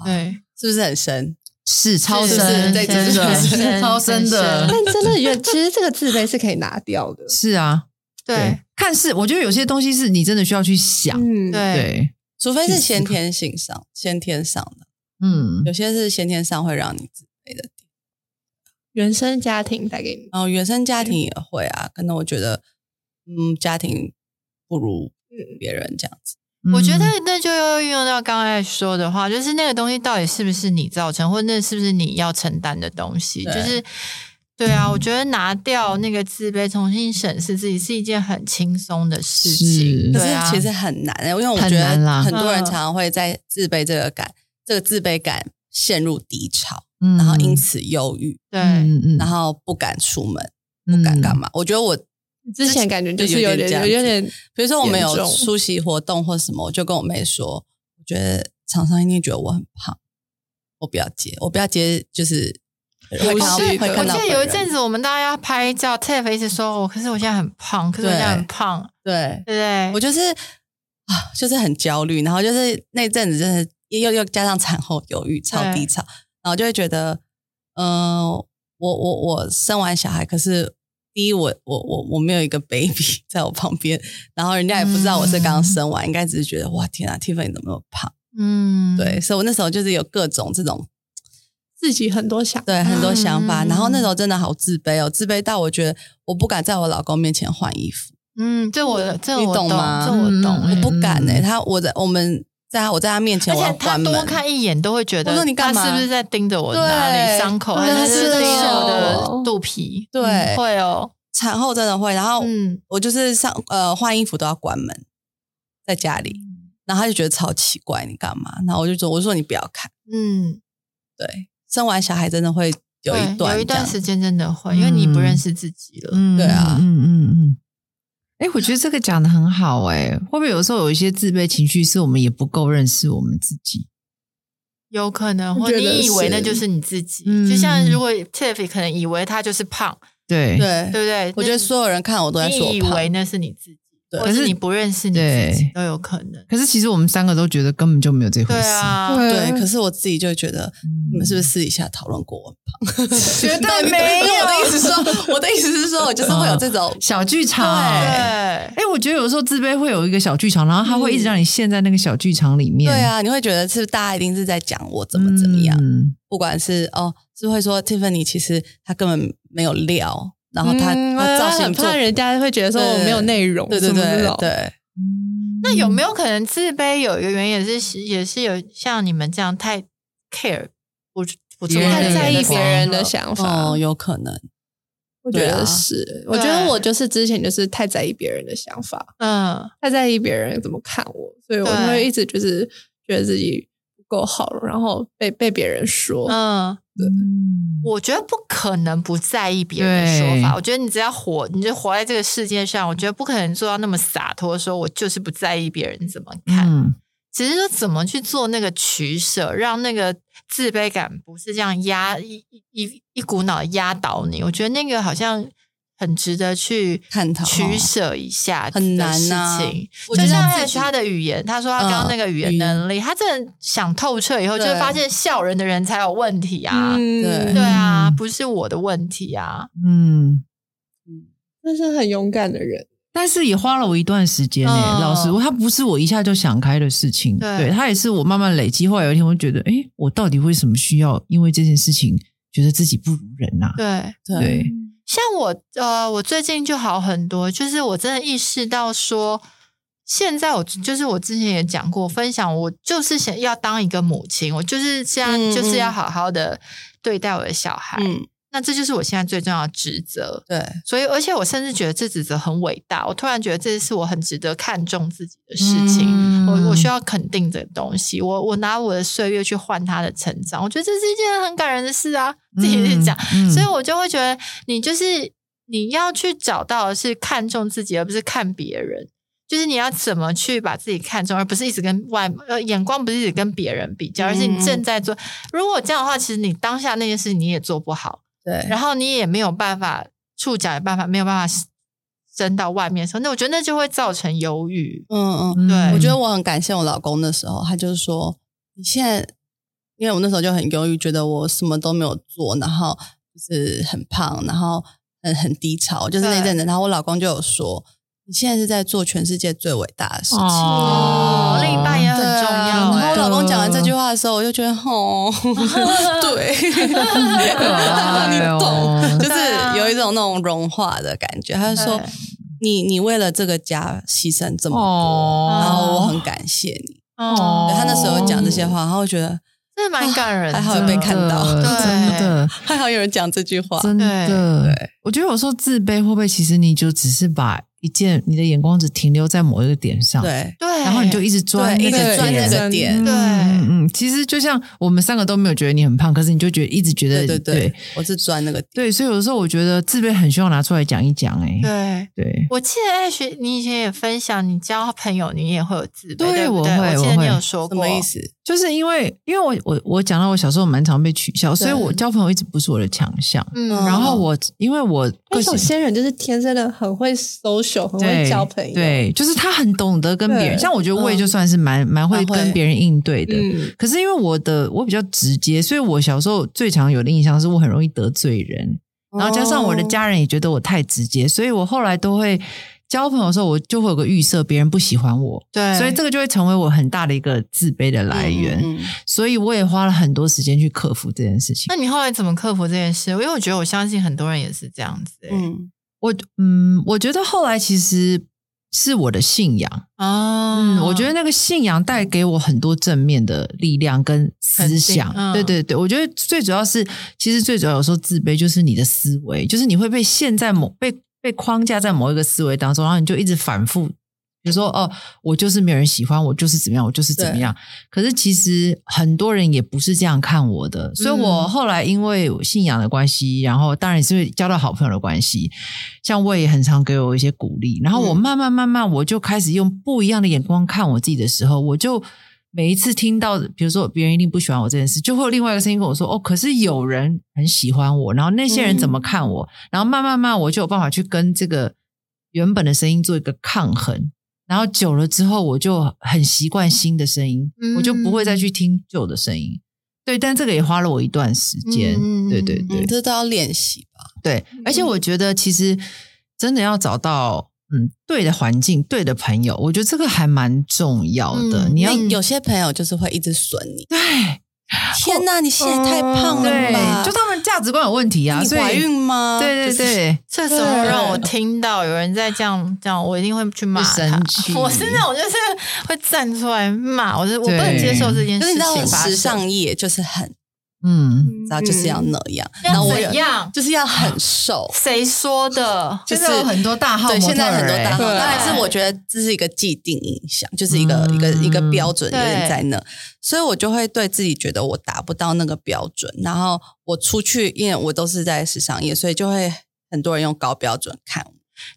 S3: 对
S2: 是不是很深？
S4: 是超
S3: 是
S4: 深，
S3: 是对
S4: 真的
S3: 很深
S4: 超深
S3: 很
S4: 的
S3: 深，
S5: 但真的
S2: [laughs]
S5: 觉得，其实这个自卑是可以拿掉的。
S4: 是啊，
S3: 对，
S4: 看似我觉得有些东西是你真的需要去想，
S5: 嗯，
S3: 对
S4: 对，
S2: 除非是先天性上， [laughs] 先天上的，
S4: 嗯，
S2: 有些是先天上会让你自卑的地方。
S5: 原生家庭带给你，
S2: 然后原生家庭也会啊，可能我觉得，嗯，家庭不如别人这样子。
S3: 我觉得
S4: 嗯
S3: 那就要运用到刚才说的话，就是那个东西到底是不是你造成，或者那是不是你要承担的东西，
S2: 对
S3: 就是。对啊，我觉得拿掉那个自卑，重新审视自己是一件很轻松的事情。
S4: 是
S2: 可
S3: 对
S2: 是
S3: 啊，
S2: 其实很难、欸因为我
S4: 很
S2: 觉
S4: 难啦
S2: 得很多人
S3: 嗯
S2: 常常会在自卑这个感，这个自卑感陷入低潮。
S4: 嗯
S2: 然后因此忧郁，
S3: 对，
S4: 嗯嗯，
S2: 然后不敢出门，
S4: 不
S2: 不敢干嘛。我觉得我
S5: 之前感觉就是
S2: 对有
S5: 有
S2: 点
S5: 点
S2: 这样
S5: 有有点
S2: 比如说我们有
S5: 严重
S2: 出席活动或什么，我就跟我妹说，我觉得厂商一定觉得我很胖，我不要接，我不要接，就是会看到
S5: 不是
S2: 会
S5: 的
S2: 看
S3: 我
S2: 到
S3: 记得
S2: 本
S3: 有一
S2: 人
S3: 阵子我们大家要拍照，Tiff 一直说哦我，可是我现在很胖，可是我现在很胖，
S2: 对
S3: 对不对？
S2: 我就是啊，就是很焦虑，然后就是那阵子真的又又加上产后忧郁、超低潮，然后就会觉得，嗯、我我我生完小孩，可是第一我我我我没有一个 baby [laughs] 在我旁边，然后人家也不知道我是刚生完，应该只是觉得哇天啊，Tiffany 怎么那么胖？
S3: 嗯，
S2: 对，所以我那时候就是有各种这种
S5: 自己很多想
S2: 对很多想法，
S3: 嗯
S2: 然后那时候真的好自卑哦，自卑到我觉得我不敢在我老公面前换衣服。
S3: 嗯，这我这
S2: 你
S3: 我
S2: 懂吗
S3: 这我懂
S4: 嗯
S3: 欸，
S2: 我不敢哎、
S4: 嗯
S2: 他我在我们在他我在他面前，
S3: 而
S2: 我要
S3: 且他
S2: 关门。
S3: 多看一眼都会觉
S2: 我说
S3: 得
S2: 你干
S3: 他
S2: 嘛
S3: 是不是在盯着我哪
S2: 对
S3: 里伤口，
S5: 对
S3: 还是他是
S5: 是
S3: 盯
S5: 的
S3: 着我
S5: 哦
S3: 的肚皮？
S2: 对哦
S3: 嗯会哦，
S2: 产后真的会，然后
S3: 嗯，
S2: 我就是上呃换衣服都要关门，在家里，
S3: 嗯
S2: 然后他就觉得超奇怪，你干嘛？然后我就说我说你不要看，
S3: 嗯，
S2: 对，生完小孩真的会有一
S3: 对
S2: 段
S3: 有一段
S2: 这样嗯
S3: 时间真的会，因为你不认识自己了，
S4: 嗯
S2: 对啊
S4: 嗯嗯嗯。哎、我觉得这个讲的很好、诶哎，会不会有时候有一些自卑情绪是我们也不够认识我们自己？
S3: 有可能，
S5: 我
S3: 或
S5: 觉得
S3: 你以为
S5: 是
S3: 那就是你自己，
S4: 嗯
S3: 就像如果 Tiff 可能以为他就是胖，
S4: 对
S2: 对
S3: 对不对？
S2: 我觉得所有人看我都在说
S3: 你
S2: 我
S3: 以
S2: 胖
S3: 为，那是你自己，
S2: 对
S3: 或是你不认识你自己
S4: 对
S3: 都有可能。
S4: 可是其实我们三个都觉得根本就没有这回
S3: 对
S4: 事。
S3: 啊，
S2: 对，可是我自己就觉得。
S4: 嗯
S2: 你们是不是私底下讨论过我很胖？
S4: 绝对
S2: 到底
S4: 没有
S2: 我的意思是说， [laughs] 我的意思是说，我就是会有这种
S5: 哦 [laughs]
S4: 小剧场？哎、
S3: 对，
S4: 我觉得有时候自卑会有一个小剧场，然后它会一直让你陷在那个小剧场里
S2: 嗯
S4: 面。
S2: 对，啊，你会觉得是大家一定是在讲我怎
S4: 怎
S2: 么怎么样，
S4: 嗯
S2: 不管是哦，是会说 Tiffany 其实她根本没有料，然后她、
S5: 嗯
S2: 她造型
S5: 很
S2: 做
S5: 怕人家会觉得说我没有内容，
S2: 对对
S5: 什么这
S2: 对
S5: 种
S2: 对，嗯
S3: 那有没有可能自卑有一个原因也是也是有像你们这样太 care 不不
S4: 别人
S5: 太在意
S4: 眼光
S5: 别人的想法。
S2: 哦，有可能，
S5: 我觉
S2: 对啊
S5: 得是，我觉
S3: 对
S5: 得我就是之前就是太在意别人的想法，
S3: 嗯
S5: 太在意别人怎么看我，所以我
S3: 对
S5: 就会一直就是觉得自己不够好，然后被被别人说。
S3: 嗯，
S4: 嗯
S3: 我觉得不可能不在意别人的说
S4: 对
S3: 法。我觉得你只要活，你就活在这个世界上，我觉得不可能做到那么洒脱，说我就是不在意别人怎么看。
S4: 嗯
S3: 只是说怎么去做那个取舍，让那个自卑感不是这样压一一一一股脑压倒你。我觉得那个好像很值得去
S2: 探讨哦
S3: 取舍一下
S2: 很难啊
S3: 呐。情。
S2: 我
S3: 就
S2: 觉得
S3: 像
S2: 自
S3: H
S2: 己
S3: 他的语言，他说他刚刚那个语言
S2: 嗯
S3: 能力，他真的想透彻以后，就
S2: 对
S3: 会发现笑人的人才有问题啊。
S2: 对
S3: 对啊
S4: 嗯，
S3: 不是我的问题啊。
S4: 嗯，
S5: 但是很勇敢的人，
S4: 但是也花了我一段时间呢、
S3: 嗯
S4: 老实，它不是我一下就想开的事情，
S3: 对
S4: 对，它也是我慢慢累积。后来有一天，我就觉得，诶，我到底为什么需要因为这件事情觉得自己不如人呐、
S3: 对，
S2: 对
S4: 对，
S3: 像我呃，我最近就好很多，就是我真的意识到说，现在我就是我之前也讲过分享，我就是想要当一个母亲，我就是现在
S2: 嗯
S3: 就是要
S2: 嗯
S3: 好好的对待我的小孩，
S2: 嗯，
S3: 那这就是我现在最重要的职责。
S2: 对，
S3: 所以，而且我甚至觉得这职责很伟大，我突然觉得这是我很值得看重自己的事情。
S4: 嗯
S3: 我我需要肯定这个东西，我我拿我的岁月去换他的成长，我觉得这是一件很感人的事啊。自己去讲，
S4: 嗯
S3: 所以我就会觉得你就是你要去找到的是看重自己，而不是看别人。就是你要怎么去把自己看重，而不是一直跟外呃眼光不是一直跟别人比较，而是你
S2: 嗯
S3: 正在做。如果这样的话，其实你当下那件事你也做不好，
S2: 对，
S3: 然后你也没有办法触角，也办法没有办法伸到外面的时候，那我觉得那就会造成忧郁。
S2: 嗯嗯，
S4: 嗯
S3: 对
S2: 我觉得我很感谢我老公那时候，他就是说你现在，因为我那时候就很忧郁，觉得我什么都没有做，然后就是很胖，然后很很低潮，就是那
S3: 对
S2: 阵子，然后我老公就有说。你现在是在做全世界最伟大的事情，
S4: 哦
S3: 另一半也很重
S2: 对啊
S3: 要、
S2: 然后
S3: 欸
S2: 我老公讲完这句话的时候，我就觉得，哦，对， [laughs] 你
S4: 哦
S2: 懂， [laughs] 就是有一种那种融化的感觉。他就说
S3: 对，
S2: 你你为了这个家牺牲这么多，
S4: 哦，
S2: 然后我很感谢你。
S3: 哦
S2: 对他那时候讲这些
S4: 哦
S2: 话，然后我觉得 [laughs]
S3: 真的蛮感人的，
S2: 还好有被看到
S4: 真的真的
S2: 还好有人讲这句话。
S4: 真的
S3: 对
S4: 我觉得有时候自卑会不会其实你就只是把一一件，你的眼光只停留在某一个点上，，
S2: 对
S3: 对，
S4: 然后你就一直钻，
S2: 对，一直
S5: 个
S2: 钻那
S5: 点
S2: 个点。
S3: 对
S4: 嗯嗯，其实就像我们三个都没有觉得你很胖，可是你就觉得一直觉得
S2: 对对
S4: 对
S2: 对，我是钻那个点。
S4: 对所以有的时候我觉得自卑很需要拿出来讲一讲、欸，哎，
S3: 对。
S4: 对
S3: 我记得 Ash，你以前也分享，你交朋友你也会有自卑，
S4: 对
S3: 对不
S4: 我
S3: 对
S4: 会
S3: 我记得
S4: 我会
S3: 你有说
S2: 什
S3: 过，
S2: 么意思？
S4: 就是因为因为我我我讲到我小时候蛮常被取笑，所以我交朋友一直不是我的强项。
S3: 嗯，
S2: 嗯
S4: 然后我因为我
S5: 那
S4: 个性
S5: 有些人就是天生的很会 social，很会
S4: 对
S5: 交朋友，，
S4: 对，就是他很懂得跟别人，
S5: 对
S4: 像我觉得我也
S2: 嗯
S4: 就算是蛮蛮会
S2: 蛮会
S4: 跟别人应对的。
S5: 嗯，
S4: 可是因为我的我比较直接，所以我小时候最常有的印象是我很容易得罪人，然后加上我的家人也觉得我太直接，所以我后来都会交朋友的时候，我就会有个预设别人不喜欢我，
S3: 对，
S4: 所以这个就会成为我很大的一个自卑的来源。
S2: 嗯嗯嗯
S4: 所以我也花了很多时间去克服这件事情
S3: 那。你后来怎么克服这件事？因为我觉得我相信很多人也是这样子、欸，
S2: 嗯，
S4: 我嗯，我觉得后来其实是我的信仰。
S3: 嗯
S4: 嗯，我觉得那个信仰带给我很多正面的力量跟思想
S3: 肯定。嗯
S4: 对对对，我觉得最主要是，其实最主要有时候自卑就是你的思维，就是你会被陷在某被被框架在某一个思维当中，然后你就一直反复。比如说，哦，我就是没有人喜欢，我就是怎么样，我就是怎么样。可是其实很多人也不是这样看我的，所以我
S3: 嗯
S4: 后来因为我信仰的关系，然后当然也是交到好朋友的关系，像我也很常给我一些鼓励，然后我
S3: 嗯
S4: 慢慢慢慢我就开始用不一样的眼光看我自己的时候，我就每一次听到比如说别人一定不喜欢我这件事，就会有另外一个声音跟我说：“哦，可是有人很喜欢我，然后那些
S3: 嗯
S4: 人怎么看我？”然后慢慢慢我就有办法去跟这个原本的声音做一个抗衡。然后久了之后，我就很习惯新的声音，
S3: 嗯
S4: 我就不会再去听旧的声音。对，但这个也花了我一段时间。
S3: 嗯
S4: 对对对
S2: 嗯，，这都要练习吧。
S4: 对，而且
S2: 嗯
S4: 我觉得其实真的要找到嗯对的环境、对的朋友，我觉得这个还蛮重要的。
S3: 嗯
S4: 你
S2: 因
S4: 要
S2: 为有些朋友就是会一直损你。
S4: 对哦
S2: 天哪，你现在太胖了吧？
S4: 对，就他们价值观有问题啊，
S2: 你
S4: 所以
S2: 怀孕吗？
S4: 对对
S2: 就是
S4: 对，啊
S3: 这时候让我听到有人在这样这样，我一定会去骂
S4: 会
S3: 他
S4: 生气。
S3: 我是那种就是会站出来骂，我是我不能
S4: 对
S3: 接受这件
S2: 可是
S3: 事
S2: 你知
S3: 情
S2: 道，
S3: 发生。
S2: 时尚业就是很，
S4: 嗯，
S2: 然后就是要那样，然
S3: 要
S2: 后我有
S3: 怎样？
S2: 就是要很瘦。
S3: 谁说的？
S2: 就是
S4: 现在有很多大号 [laughs]
S2: 对，
S4: 模特
S2: 现
S4: 儿
S2: 在很多大号，
S5: 对
S2: 当然是我觉得这是一个既定印象，就是一个、
S4: 嗯
S2: 一个一个标准有
S3: 对
S2: 点在那，所以我就会对自己觉得我达不到那个标准，然后我出去，因为我都是在时尚业，所以就会很多人用高标准看我。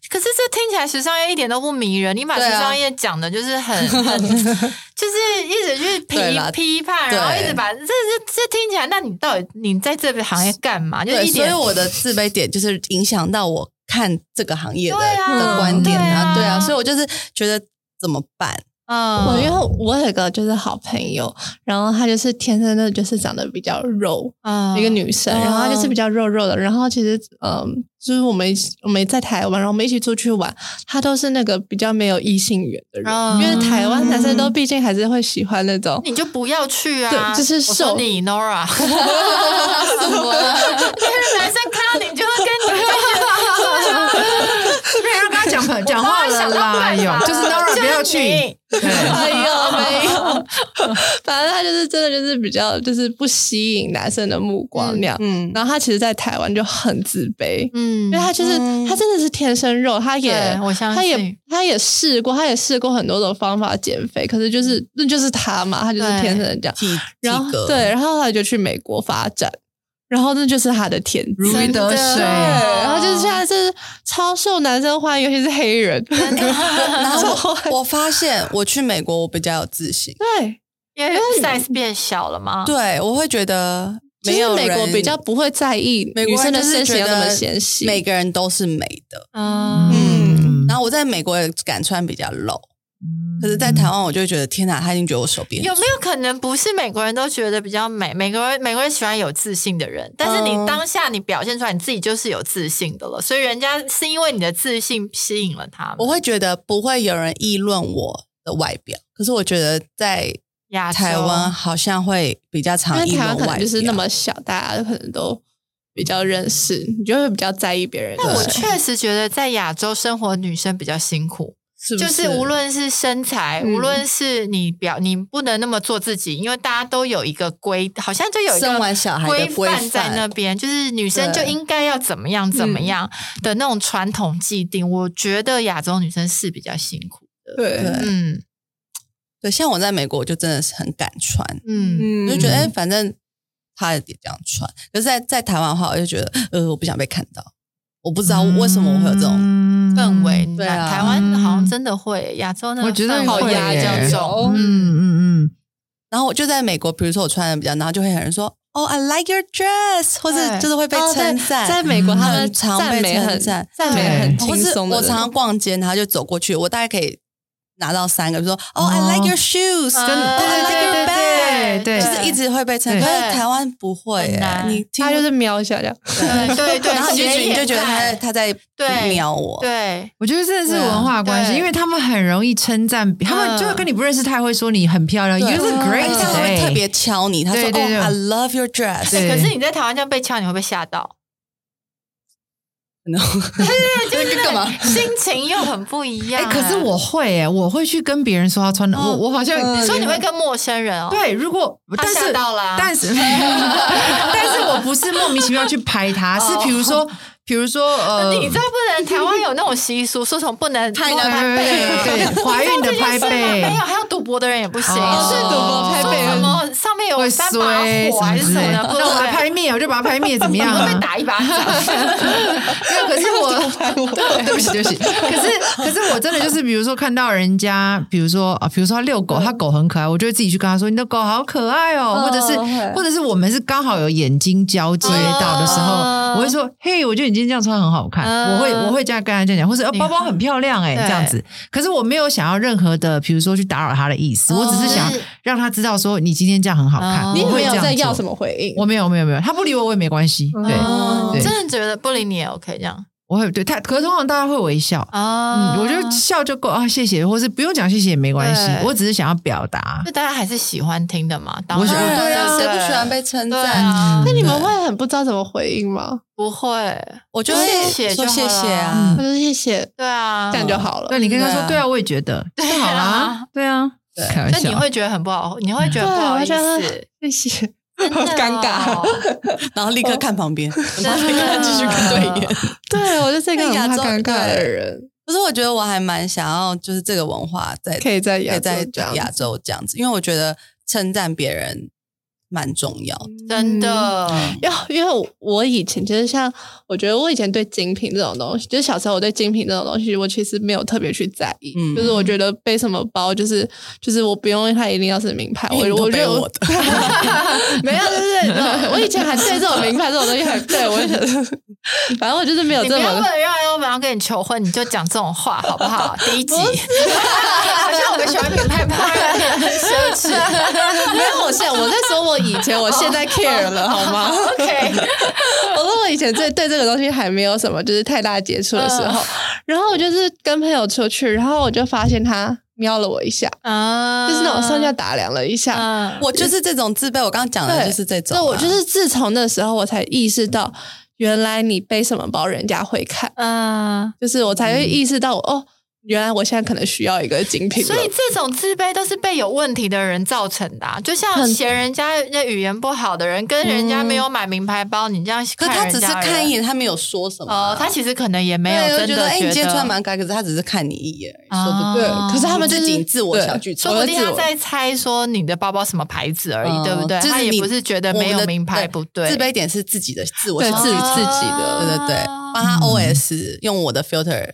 S3: 可是这听起来时尚业一点都不迷人，你把
S2: 对
S3: 时
S2: 啊
S3: 尚业讲的就是很、
S5: 啊 [laughs]
S3: 很，就是一直去批
S2: 对啦
S3: 批判，
S2: 对
S3: 然后一直把这这这听起来，那你到底你在这个行业干嘛？就
S2: 对，
S3: 一
S2: 所以
S3: 点
S2: 我的自卑点就是影响到我看这个行业的、
S3: 对啊
S2: 的观点
S3: 对啊
S2: 对啊，所以我就是觉得怎么办？
S5: 我因
S3: 嗯
S5: 为我有一个就是好朋友，然后她就是天生的就是长得比较肉，
S3: 嗯
S5: 一个女生，然后她就是比较肉肉的，然后其实嗯，就是我们一起我们在台湾，然后我们一起出去玩，她都是那个比较没有异性缘的人，
S3: 嗯
S5: 因为台湾男生都毕竟还是会喜欢
S3: [laughs]
S5: 那种。
S3: 你就不要去啊！
S5: 对就是
S3: 我
S5: 瘦啊
S3: 说你
S5: [laughs]
S3: Nora，就是男生看到你就会跟你
S4: 对，要跟他
S2: [laughs]
S4: 讲讲话了啦，有就是 n o 不要去，，
S2: [laughs]
S5: 哎呦，没有， [laughs] 反正她就是真的就是比较就是不吸引男生的目光那样。
S2: 嗯，
S5: 然后她其实，在台湾就很自卑，
S3: 嗯
S5: 因为她就是
S2: 嗯
S5: 她真的是天生肉，她也
S3: 对我相信
S5: 她也她也试过，她也试过很多种方法减肥，可是就是那就是她嘛，她就是
S3: 对
S5: 天生的这样。
S2: 体
S5: 然
S2: 体
S5: 后
S2: 格
S5: 对，然后后来就去美国发展，然后那就是她的天职。
S4: 如鱼
S3: 真的
S4: 得
S5: 对，
S4: 水。
S5: 然后就是现在是超受男生欢迎，尤其是黑人。
S2: 然后
S5: 超
S2: 我我发现我去美国，我比较有自信，
S5: 对，
S3: 因为 size 变小了嘛。
S2: 对我会觉得
S5: 就
S2: 没
S5: 是
S2: 有
S5: 美国
S2: 人
S5: 比较不会在意
S2: 美
S5: 女
S2: 国
S5: 生
S2: 人
S5: 的
S2: 就是
S5: 身形
S2: 觉
S5: 要那么
S2: 得
S5: 纤细。
S2: 每个人都是美的。
S3: 嗯，
S2: 嗯
S4: 嗯，
S2: 然后我在美国也敢穿比较露，可是，
S4: 嗯
S2: 在台湾我就会觉得天哪，他已经觉得我手变
S3: 有没有可能不是美国人都觉得比较美？美国人美国人喜欢有自信的人，但是你
S2: 嗯
S3: 当下你表现出来你自己就是有自信的了，所以人家是因为你的自信吸引了他们。
S2: 我会觉得不会有人议论我的外表，可是我觉得在
S3: 亚洲
S2: 台湾好像会比较
S5: 啊因
S2: 常
S5: 为
S2: 议
S5: 台
S2: 论
S5: 湾
S2: 外
S5: 可
S2: 表，
S5: 能就是那么小，大家可能都比较认识，你就会比较在意别人的。
S3: 但我确实觉得在亚洲生活，女生比较辛苦。
S5: 是不
S3: 就是无论是身材，
S5: 嗯
S3: 无论是你表，你不能那么做自己，因为大家都有一个规，好像就有一
S6: 生
S3: 个
S6: 完
S2: 啊
S6: 小孩
S3: 规
S6: 的规
S3: 范在那
S6: 范，
S3: 边，就是女生就
S6: 对
S3: 应该要怎么样怎么样的那种传统既定。我觉得亚洲女生是比较辛苦的，
S5: 对，
S3: 嗯
S2: 对，像我在美国，我就真的是很敢穿，
S3: 嗯，
S2: 我
S1: 嗯
S2: 就觉得哎、反正他也这样穿。可是在，在台湾的话，我就觉得呃，我不想被看到，我不知道
S5: 嗯
S2: 为什么我会有这种。
S4: 氛
S3: 氛围，
S4: 嗯
S2: 对啊
S3: 台湾好像真的会，亚洲那个
S4: 我觉得
S3: 氛围
S4: 会
S3: 比较
S2: 哦
S4: 耶
S3: 重，嗯。
S4: 嗯嗯嗯，
S2: 然后我就在美国，比如说我穿的比较，然后就会有人说哦、i like your dress，或
S3: 对
S2: 是就是会被
S5: 哦对
S2: 称赞。
S5: 在美国他们
S2: 很常
S5: 赞
S2: 被
S5: 美
S2: 称
S5: 很
S2: 赞
S5: 赞美
S4: 对
S5: 很
S2: 或
S5: 轻
S2: 是
S5: 松的
S2: 我
S5: 人，
S2: 常常逛街，然后就走过去，我大概可以拿到三个，比如说哦、i like your shoes，
S3: 真
S2: 哦
S3: 的
S5: 啊
S2: ，I like your
S4: 对
S2: bag，
S4: 对
S2: 就是一直会被称
S4: 对
S2: 赞。可是台湾不会
S3: 很
S2: 耶
S3: 难，
S2: 你听哦
S5: 他就是瞄一下这样，
S3: 对对对，
S2: 然后你就
S3: 斜
S2: 你就
S3: 眼
S2: 觉得哎他
S3: 看
S2: 他在
S3: 对
S2: 瞄我，
S3: 对，啊
S4: 我觉得真的是文化关系，
S3: 对嗯
S4: 因为他们很容易称赞，他们就跟你不认识，他也会说你很漂亮，You
S2: 对
S4: look
S2: 而
S4: great
S2: 且他会
S4: today，
S2: 特别敲你，他说
S4: 对对对
S2: 哦，I love your dress，
S4: 对
S3: 欸可是你在台湾这样被敲，你会被吓到，
S2: 然后
S6: 那个干嘛？
S3: 心情又很不一样。啊
S4: 哎，可是，我会哎，我会去跟别人说他穿的，
S3: 嗯
S4: 我我好像
S3: 所以你会跟陌生人哦，，
S4: 嗯对，如果
S3: 他
S4: 但
S3: 吓
S4: 是
S3: 到啊啦，[laughs]
S4: 但是但是我不是莫名其妙去排他，是比如说比如说呃，
S3: 哦你知道不能，台湾有那种习俗，说什么不能
S4: 对
S3: 拍 [laughs]
S4: 对对，怀孕的拍背
S3: 没有，还有赌博的人也不行。
S4: 哦
S5: 是赌博拍
S3: 说
S5: 背
S3: 什么上面有
S4: 会
S3: 三把
S4: 衰
S3: 火还是
S4: 之
S3: 什么
S4: 类
S3: 的，
S4: 的，
S3: 不
S4: 那我来
S3: 能
S4: 拍灭，我就把它拍灭，怎么样
S3: 会
S4: 啊
S3: 被？打一巴掌。
S4: 没有，可是我 [laughs] 对不起，对不起。可是，可是我真的就是，比如说看到人家，比如说啊，比如说他遛狗，他狗很可爱，我就会自己去跟他说：“你的狗好可爱哦。”或者是，或者是我们是刚好有眼睛交接到的时候，
S3: 哦
S4: 我会说：“嘿，我觉得你今天这样穿很好看。
S3: 嗯
S4: 我会我会这样跟他这样讲，或者、呃、
S3: 你
S4: 包包很漂亮哎、
S3: 对
S4: 这样子。可是我没有想要任何的，比如说去打扰他的意思，我只是想
S3: 就是
S4: 让他知道说你今天这样很好看。
S3: 哦
S5: 你也
S4: 我会
S5: 没有
S4: 这样
S5: 在要
S4: 做
S5: 什么回应，
S4: 我没有没有没有，他不理我我也没关系。对，
S3: 哦
S4: 对
S3: 真的觉得不理你也 OK 这样
S4: 我会对他，可是通常大家会微笑。
S3: 啊
S4: 嗯，我觉得笑就够啊，谢谢，或是不用讲谢谢也没关系
S3: 对，
S4: 我只是想要表达。
S3: 就大家还是喜欢听的嘛。当
S4: 我觉
S2: 当
S4: 得
S3: 然
S2: 然
S3: 对
S2: 啊，谁
S3: 对
S2: 不喜欢被称
S3: 对
S2: 赞？
S3: 啊
S4: 嗯？
S5: 那你们会很不知道怎么回应吗？
S3: 不会，
S2: 我就会
S3: 谢谢
S2: 说
S3: 就
S2: 谢
S3: 好
S2: 谢
S3: 了
S4: 嗯
S2: 啊，
S5: 他就是谢谢，
S3: 对啊，
S2: 嗯
S5: 这样就好
S4: 对，
S5: 了。
S4: 你跟他
S2: 对
S4: 说，
S2: 啊
S4: 对啊，我也觉得，就好啦，对啊，
S2: 对
S4: 开玩
S3: 那你
S4: 笑。
S3: 会觉得很不好，你会觉得不好
S5: 我
S3: 意
S5: 觉得
S3: 思，
S5: 谢谢，
S3: 真的哦
S5: 尴
S3: [laughs]
S5: 尬。
S2: 然后立刻看旁边，然后立刻继续看对眼。
S5: [laughs] 对我就是一个很
S2: 亚
S5: 怕
S2: 洲
S5: 尴尬的
S2: 对
S5: 人，
S2: 可是我觉得我还蛮想要，就是这个文化在
S5: 可以在
S2: 可
S5: 亚
S2: 以
S5: 洲
S2: 在
S5: 这样
S2: 亚洲这样子，因为我觉得称赞别人蛮重要的。
S3: [laughs] 真的，
S2: 嗯
S5: 因为因为我以前就是像，我觉得我以前对精品这种东西，就是小时候我对精品这种东西，我其实没有特别去在意。
S2: 嗯
S5: 就是我觉得背什么包，就是就是我不用它一定要是名
S2: [laughs]
S5: 牌，我
S2: 因为你都
S5: 我觉
S2: 背
S5: 得
S2: 我的
S5: [laughs] 没有，就是那种我以前还对这种名牌这种东西还对我也觉得， [laughs] 反正我就是没有
S3: 你
S5: 这
S3: 不要为
S5: 么。
S3: 了让欧文要跟你求婚，你就讲这种话好不好？第一集， [laughs] 好像我们喜欢品牌派，很奢 [laughs] 侈。
S5: [laughs] 没有，我现在我在说我以前，我现
S3: 哦
S5: 在 care 了，
S3: [laughs]
S5: 好吗？
S3: OK，
S2: [laughs]
S5: 我说我以前对对这个东西还没有什么就是太大接触的时候，
S3: 嗯
S5: 然后我就是跟朋友出去，然后我就发现他瞄了我一下，
S3: 啊
S5: 就是那种上下打量了一下。
S3: 嗯，
S2: 我就是这种自卑，我刚刚讲的
S5: 对
S2: 就是这种啊。
S5: 那我就是自从那时候我才意识到，原来你背什么包人家会看，
S3: 嗯，
S5: 就是我才会意识到我、哦，原来我现在可能需要一个精品了。
S3: 所以这种自卑都是被有问题的人造成的啊，就像
S5: 很
S3: 嫌人家那语言不好的人，跟人家没有买名牌包，你这样
S2: 可
S3: 看
S2: 是他
S3: 人
S2: 只是
S3: 家的人
S2: 看一眼，他没有说什么啊。
S3: 哦，他其实可能也没有
S2: 对
S3: 真的
S2: 我觉得，哎，你今天穿蛮
S3: 蛮，
S2: 可爱，可是他只是看你一眼而已，
S3: 啊
S2: 说不
S5: 对，
S2: 定
S5: 可是他们就
S2: 自
S5: 是
S2: 己自我小剧场
S3: 说。不定
S5: 我
S3: 他
S5: 自我
S3: 在猜说你的包包什么牌子而已，
S2: 哦嗯
S3: 对不对？
S2: 就是
S3: 他也
S2: 你
S3: 不是觉得
S2: 我们
S3: 没有
S2: 的
S3: 名牌不对，
S2: 自卑点是自己的自我
S5: 对
S2: 小
S5: 自
S2: 剧场
S5: 自己的
S2: 对对对，帮他
S4: 嗯
S2: OS 用我的 filter，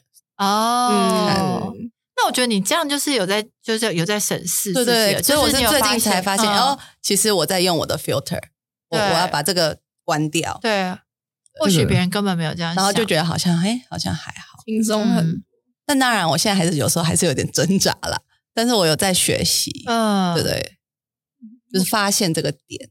S3: 哦。
S5: 嗯
S3: 那我觉得你这样就是有在，就是有在审视
S2: 对
S3: 自己
S2: 对
S3: 了，
S2: 所以我
S3: 就是你有
S2: 最近才发现，
S3: 嗯
S2: 哦，其实我在用我的 filter，我
S3: 对
S2: 我要把这个关掉，
S3: 对，或许别人根本没有这样想，
S2: 然后就觉得好像哎，好像还好。
S5: 轻松
S3: 嗯
S5: 很，
S2: 但当然，我现在还是有时候还是有点挣扎啦，但是我有在学习，
S3: 嗯，
S2: 对对，就是发现这个点，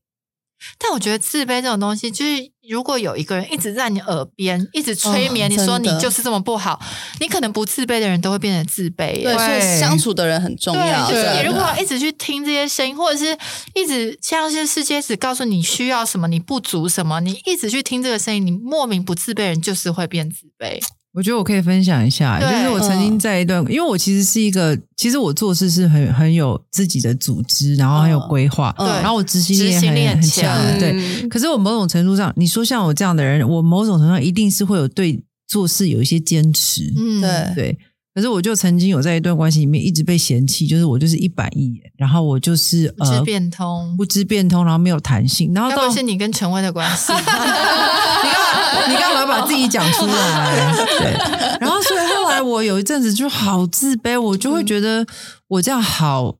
S3: 但我觉得自卑这种东西，就是如果有一个人一直在你耳边，一直催眠
S2: 哦
S3: 你说
S2: 真
S3: 你
S2: 的
S3: 就是这么不好，你可能不自卑的人都会变得自卑耶。
S2: 对，所以相处的人很重要。
S3: 对，就是
S2: 真
S3: 你如
S2: 的
S3: 果一直去听这些声音，或者是一直像是世界只告诉你需要什么，你不足什么，你一直去听这个声音，你莫名不自卑的人就是会变自卑。
S4: 我觉得我可以分享一下，
S3: 对
S4: 就是我曾经在一段，因为我其实是一个，其实我做事是很很有自己的组织，然后很有规划，
S2: 嗯
S4: 然后我执行
S3: 执
S4: 力也
S3: 行力
S4: 很
S3: 很
S4: 强
S3: 强
S4: 的，对。
S5: 嗯
S4: 可是我某种程度上，你说像我这样的人，我某种程度上一定是会有对做事有一些坚持，
S3: 嗯，
S2: 对
S4: 对。可是我就曾经有在一段关系里面一直被嫌弃，就是我就是一板一眼，然后我就是
S3: 不知
S4: 呃
S3: 变通
S4: 不，知变通，然后没有弹性，然后
S3: 要
S4: 到
S3: 不是你跟陈威的关
S2: [laughs]
S3: 系，
S4: 你干嘛？你干嘛要把自己讲出来？对。然后，所以后来我有一阵子就好自卑，我就会觉得我这样好，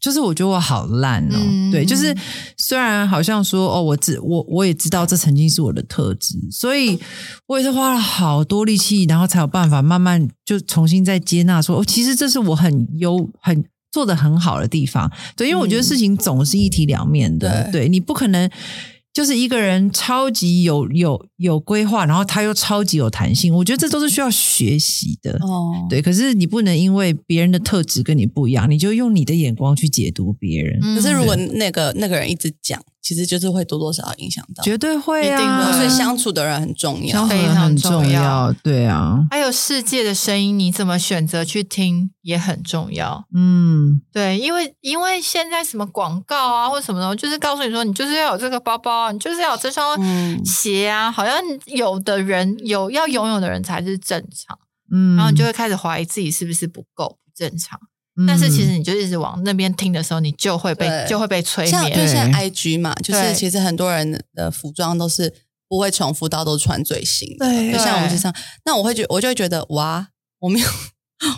S4: 就是我觉得我好烂哦。
S3: 嗯
S4: 对，就是虽然好像说哦，我知我我也知道这曾经是我的特质，所以我也是花了好多力气，然后才有办法慢慢就重新再接纳说，哦，其实这是我很优很。做的很好的地方，对，因为我觉得事情总是一体两面的，
S2: 对
S4: 对你不可能就是一个人超级有有有规划，然后他又超级有弹性，我觉得这都是需要学习的。
S2: 哦，
S4: 对，可是你不能因为别人的特质跟你不一样，你就用你的眼光去解读别人，
S3: 嗯
S2: 可是如果那个那个人一直讲，其实就是会多多少少影响到。
S4: 绝对会
S3: 一定
S4: 啊。
S3: 会
S2: 哦所以相处的人很重要
S4: 相。
S3: 非
S4: 合
S3: 常
S4: 很
S3: 重
S4: 重
S3: 要
S4: 要，对啊，
S3: 还有世界的声音，你怎么选择去听也很重要。
S4: 嗯，
S3: 对，因为因为现在什么广告啊或什么的，就是告诉你说你就是要有这个包包啊，你就是要有这双
S2: 嗯
S3: 鞋啊，好像有的人有要拥有的人才是正常，
S4: 嗯，
S3: 然后你就会开始怀疑自己是不是不够不正常。
S4: 嗯，
S3: 但是其实你就一直往那边听的时候，你就会被
S2: 对
S3: 就会被催
S2: 像就
S3: 眠。
S2: 是
S5: 嗯
S4: 对
S2: IG 嘛，就是
S3: 对
S2: 其实很多人的服装都是不会重复到都穿最新的，
S5: 对
S2: 就像我们
S3: 对
S2: 身上，那我会觉我就会觉得哇，我没有，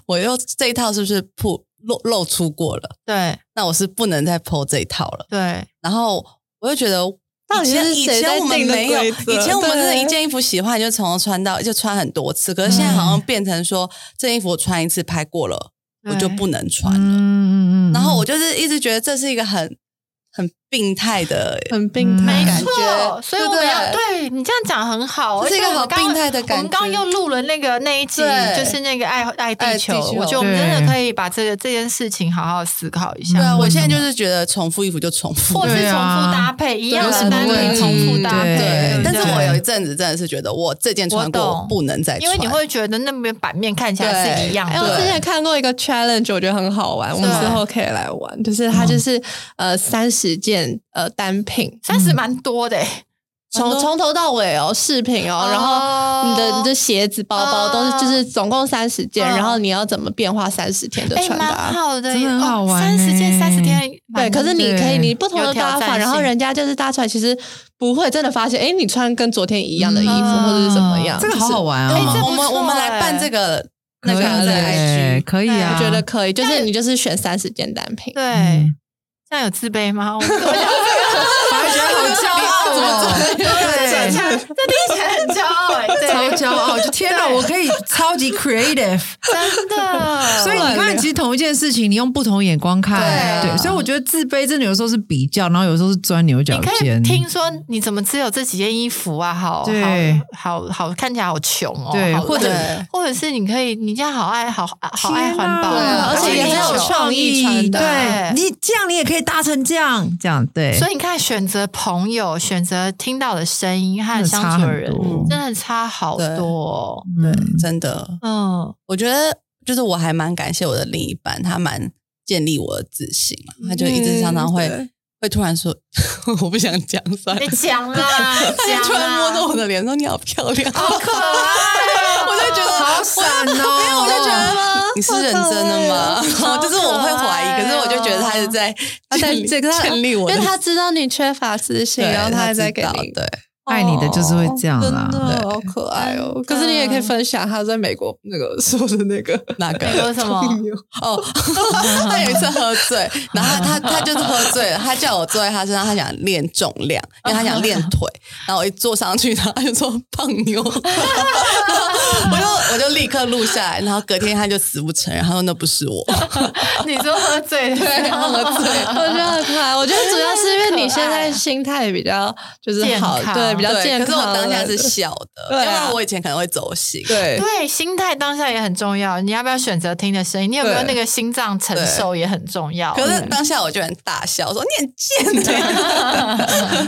S2: 我又这一套是不是铺露露出过了？
S3: 对
S2: 那我是不能再 PO 这一套了。
S3: 对，
S2: 然后我就觉得，
S5: 到底
S2: 以前
S5: 是
S2: 以
S5: 谁在
S2: 前我们
S5: 定的
S2: 没有，
S5: 规则
S2: 以前我们真的
S5: 对
S2: 一件衣服喜欢就从头穿到就穿很多次，可是现在
S5: 嗯
S2: 好像变成说，这件衣服我穿一次拍过了，我就
S3: 对
S2: 不能穿了。
S4: 嗯嗯嗯，
S2: 然后我就是一直觉得这是一个很很病态的，
S5: 很病
S4: 没
S5: 态，
S3: 没
S2: 感
S3: 错，
S2: 觉
S3: 所以我
S2: 对不
S3: 们要
S2: 对
S3: 对你这样讲很好，
S2: 这是一个
S3: 而且我
S2: 好
S3: 们刚
S2: 病态的感
S3: 我们刚刚
S2: 觉
S3: 又录了那个那一集，
S2: 对
S3: 就是那个爱爱
S2: 爱
S3: 地
S2: 地
S3: 球，
S2: 球
S3: 我觉得我们真
S4: 对
S3: 的可以把这个这件事情好好思考一
S2: 对
S3: 下，
S2: 啊，
S4: 嗯
S2: 我现在就是觉的重复衣服就重复
S3: 或。是
S4: 对
S3: 重
S4: 啊
S3: 复搭配一样
S2: 有
S3: 的
S2: 什么
S3: 单
S2: 问
S3: 品
S2: 题
S3: 重复搭配，
S4: 对
S3: 对
S2: 对，
S3: 不
S2: 但是
S3: 对
S2: 我有一阵子真的是觉得我这件穿
S3: 我
S2: 过
S3: 懂
S2: 不能再穿，
S3: 因为你会觉得那边版面看起来是一样
S5: 哎，我
S3: 的，
S5: 之
S2: 对
S5: 前看过一个 challenge，我觉得很好玩，我们
S3: 对
S5: 之后可以来玩。就是它就是、呃三十件呃单品，
S3: 三
S2: 嗯
S3: 十蛮多的、欸，
S5: 从从头到尾哦，饰品哦，然后。你的你的鞋子、包包都
S3: 哦
S5: 是，就是总共三十件，
S3: 嗯
S5: 然后你要怎么变化三十天的
S3: 哎，
S5: 穿
S3: 蛮
S5: 搭？
S3: 好的
S4: 真
S3: 耶，
S4: 的很好玩
S3: 三十件
S4: 欸
S3: 三十天，
S5: 对，可是你可以，
S4: 对
S5: 你不同
S3: 有
S5: 的
S3: 挑
S5: 搭
S3: 战
S5: 法，然后
S3: 性
S5: 人家就是搭出来，其实不会真的发现，哎，你穿跟昨天一样的衣服，
S3: 嗯
S5: 或者是怎么样，
S4: 这个好好玩
S2: 我
S3: 哎这不
S2: 们
S4: 哦，
S2: 嗯我们
S3: 错
S2: 我们
S3: 哎
S2: 来办这个那个
S4: 可以
S2: 在 IG，
S4: 可以啊，
S5: 我觉得可以，就是你就是选三十件单品，
S3: 对
S4: 嗯，
S3: 这样有自卑 [laughs] 吗？我我想这
S4: 反而觉得好骄傲
S3: 听起来这
S4: 哦，
S3: 听起来很骄傲哎，对
S4: 超骄傲，就天哪，
S3: 对
S4: 我可以超级 creative。
S3: 真的，
S4: 所以你看，其实同一件事情，你用不同眼光看，
S2: 对
S4: 对，所以我觉得自卑真的有时候是比较，然后有时候是钻牛角
S3: 你可以
S4: 尖。
S3: 听说你怎么只有这几件衣服啊？好
S4: 对
S3: 好好好，看起来好穷哦。
S4: 对，
S3: 好
S4: 或者
S2: 对
S3: 或者是你可以，你这样好爱好好爱
S4: 天
S3: 环
S4: 哪
S3: 保，
S5: 对啊而且也
S3: 很
S5: 很有创意穿搭
S4: 对你这样你也可以搭成这样，这样对，
S3: 所以你看，选择朋友、选择听到的声音和
S4: 真的差
S3: 相处的
S4: 很
S3: 人，
S4: 多。
S3: 真的差好
S2: 对
S3: 多哦。
S4: 嗯
S2: 对，真的，
S3: 嗯，
S2: 我觉得就是我还蛮感谢我的另一半，他蛮建立我的自信嘛，他就一直常常会、
S5: 嗯对
S2: 会突然说， [laughs] 我不想讲算了
S3: 你，讲 [laughs] 啦，
S2: 他
S3: 讲啊
S2: 就突然摸
S3: 啦
S2: 着我的脸说你好漂亮，
S3: 好可爱哦，
S2: 我就觉得
S4: 好闪哦，
S2: 我就觉
S5: 啊
S2: 得 [laughs] 你是认真的吗？然
S3: 好可爱哦
S2: 后 [laughs] 就是我会怀疑，可是我就觉得他是在
S5: 哦他在
S2: 建立
S5: 这个他
S2: 建立我
S5: 因
S2: 的
S5: 为他知道你缺乏自信，
S2: 对
S5: 然后他还在
S2: 知
S5: 给
S2: 道哦
S5: 你
S2: 对
S4: 爱你的就是会这样啦
S5: 真
S4: 对
S5: 的好可爱哦。
S3: 真的
S5: 可是你也可以分享他在美国那个说的那个
S2: [laughs] 那个
S3: 美
S5: [laughs]
S3: 国什么？
S2: 哦，他有一次喝醉，然后他他他就是喝醉了，他叫我坐在他身上，他想练重量，因为他想练腿。然后我一坐上去，然后他就说胖妞，
S5: [laughs]
S2: 然后我就我就立刻录下来，然后隔天他就死不承认，他说那不是我，
S3: 你说喝醉的时候，
S2: [laughs]
S5: 我觉得很可爱。我觉得主要是因为你现在心态比较就是好，
S3: 健康
S5: 对，对比较
S2: 对，
S5: 健
S2: 可是我
S5: 康
S2: 当下
S5: 了
S2: 是笑的，
S5: 对啊
S2: 要不然我以前可能会走心。
S1: 对，
S3: 对，心态当下也很重要。你要不要选择听的声音？你有没有
S1: 对
S3: 那个心脏承受也很重要。
S2: 可是
S3: 嗯
S2: 当下我居然大笑，说你很贱欸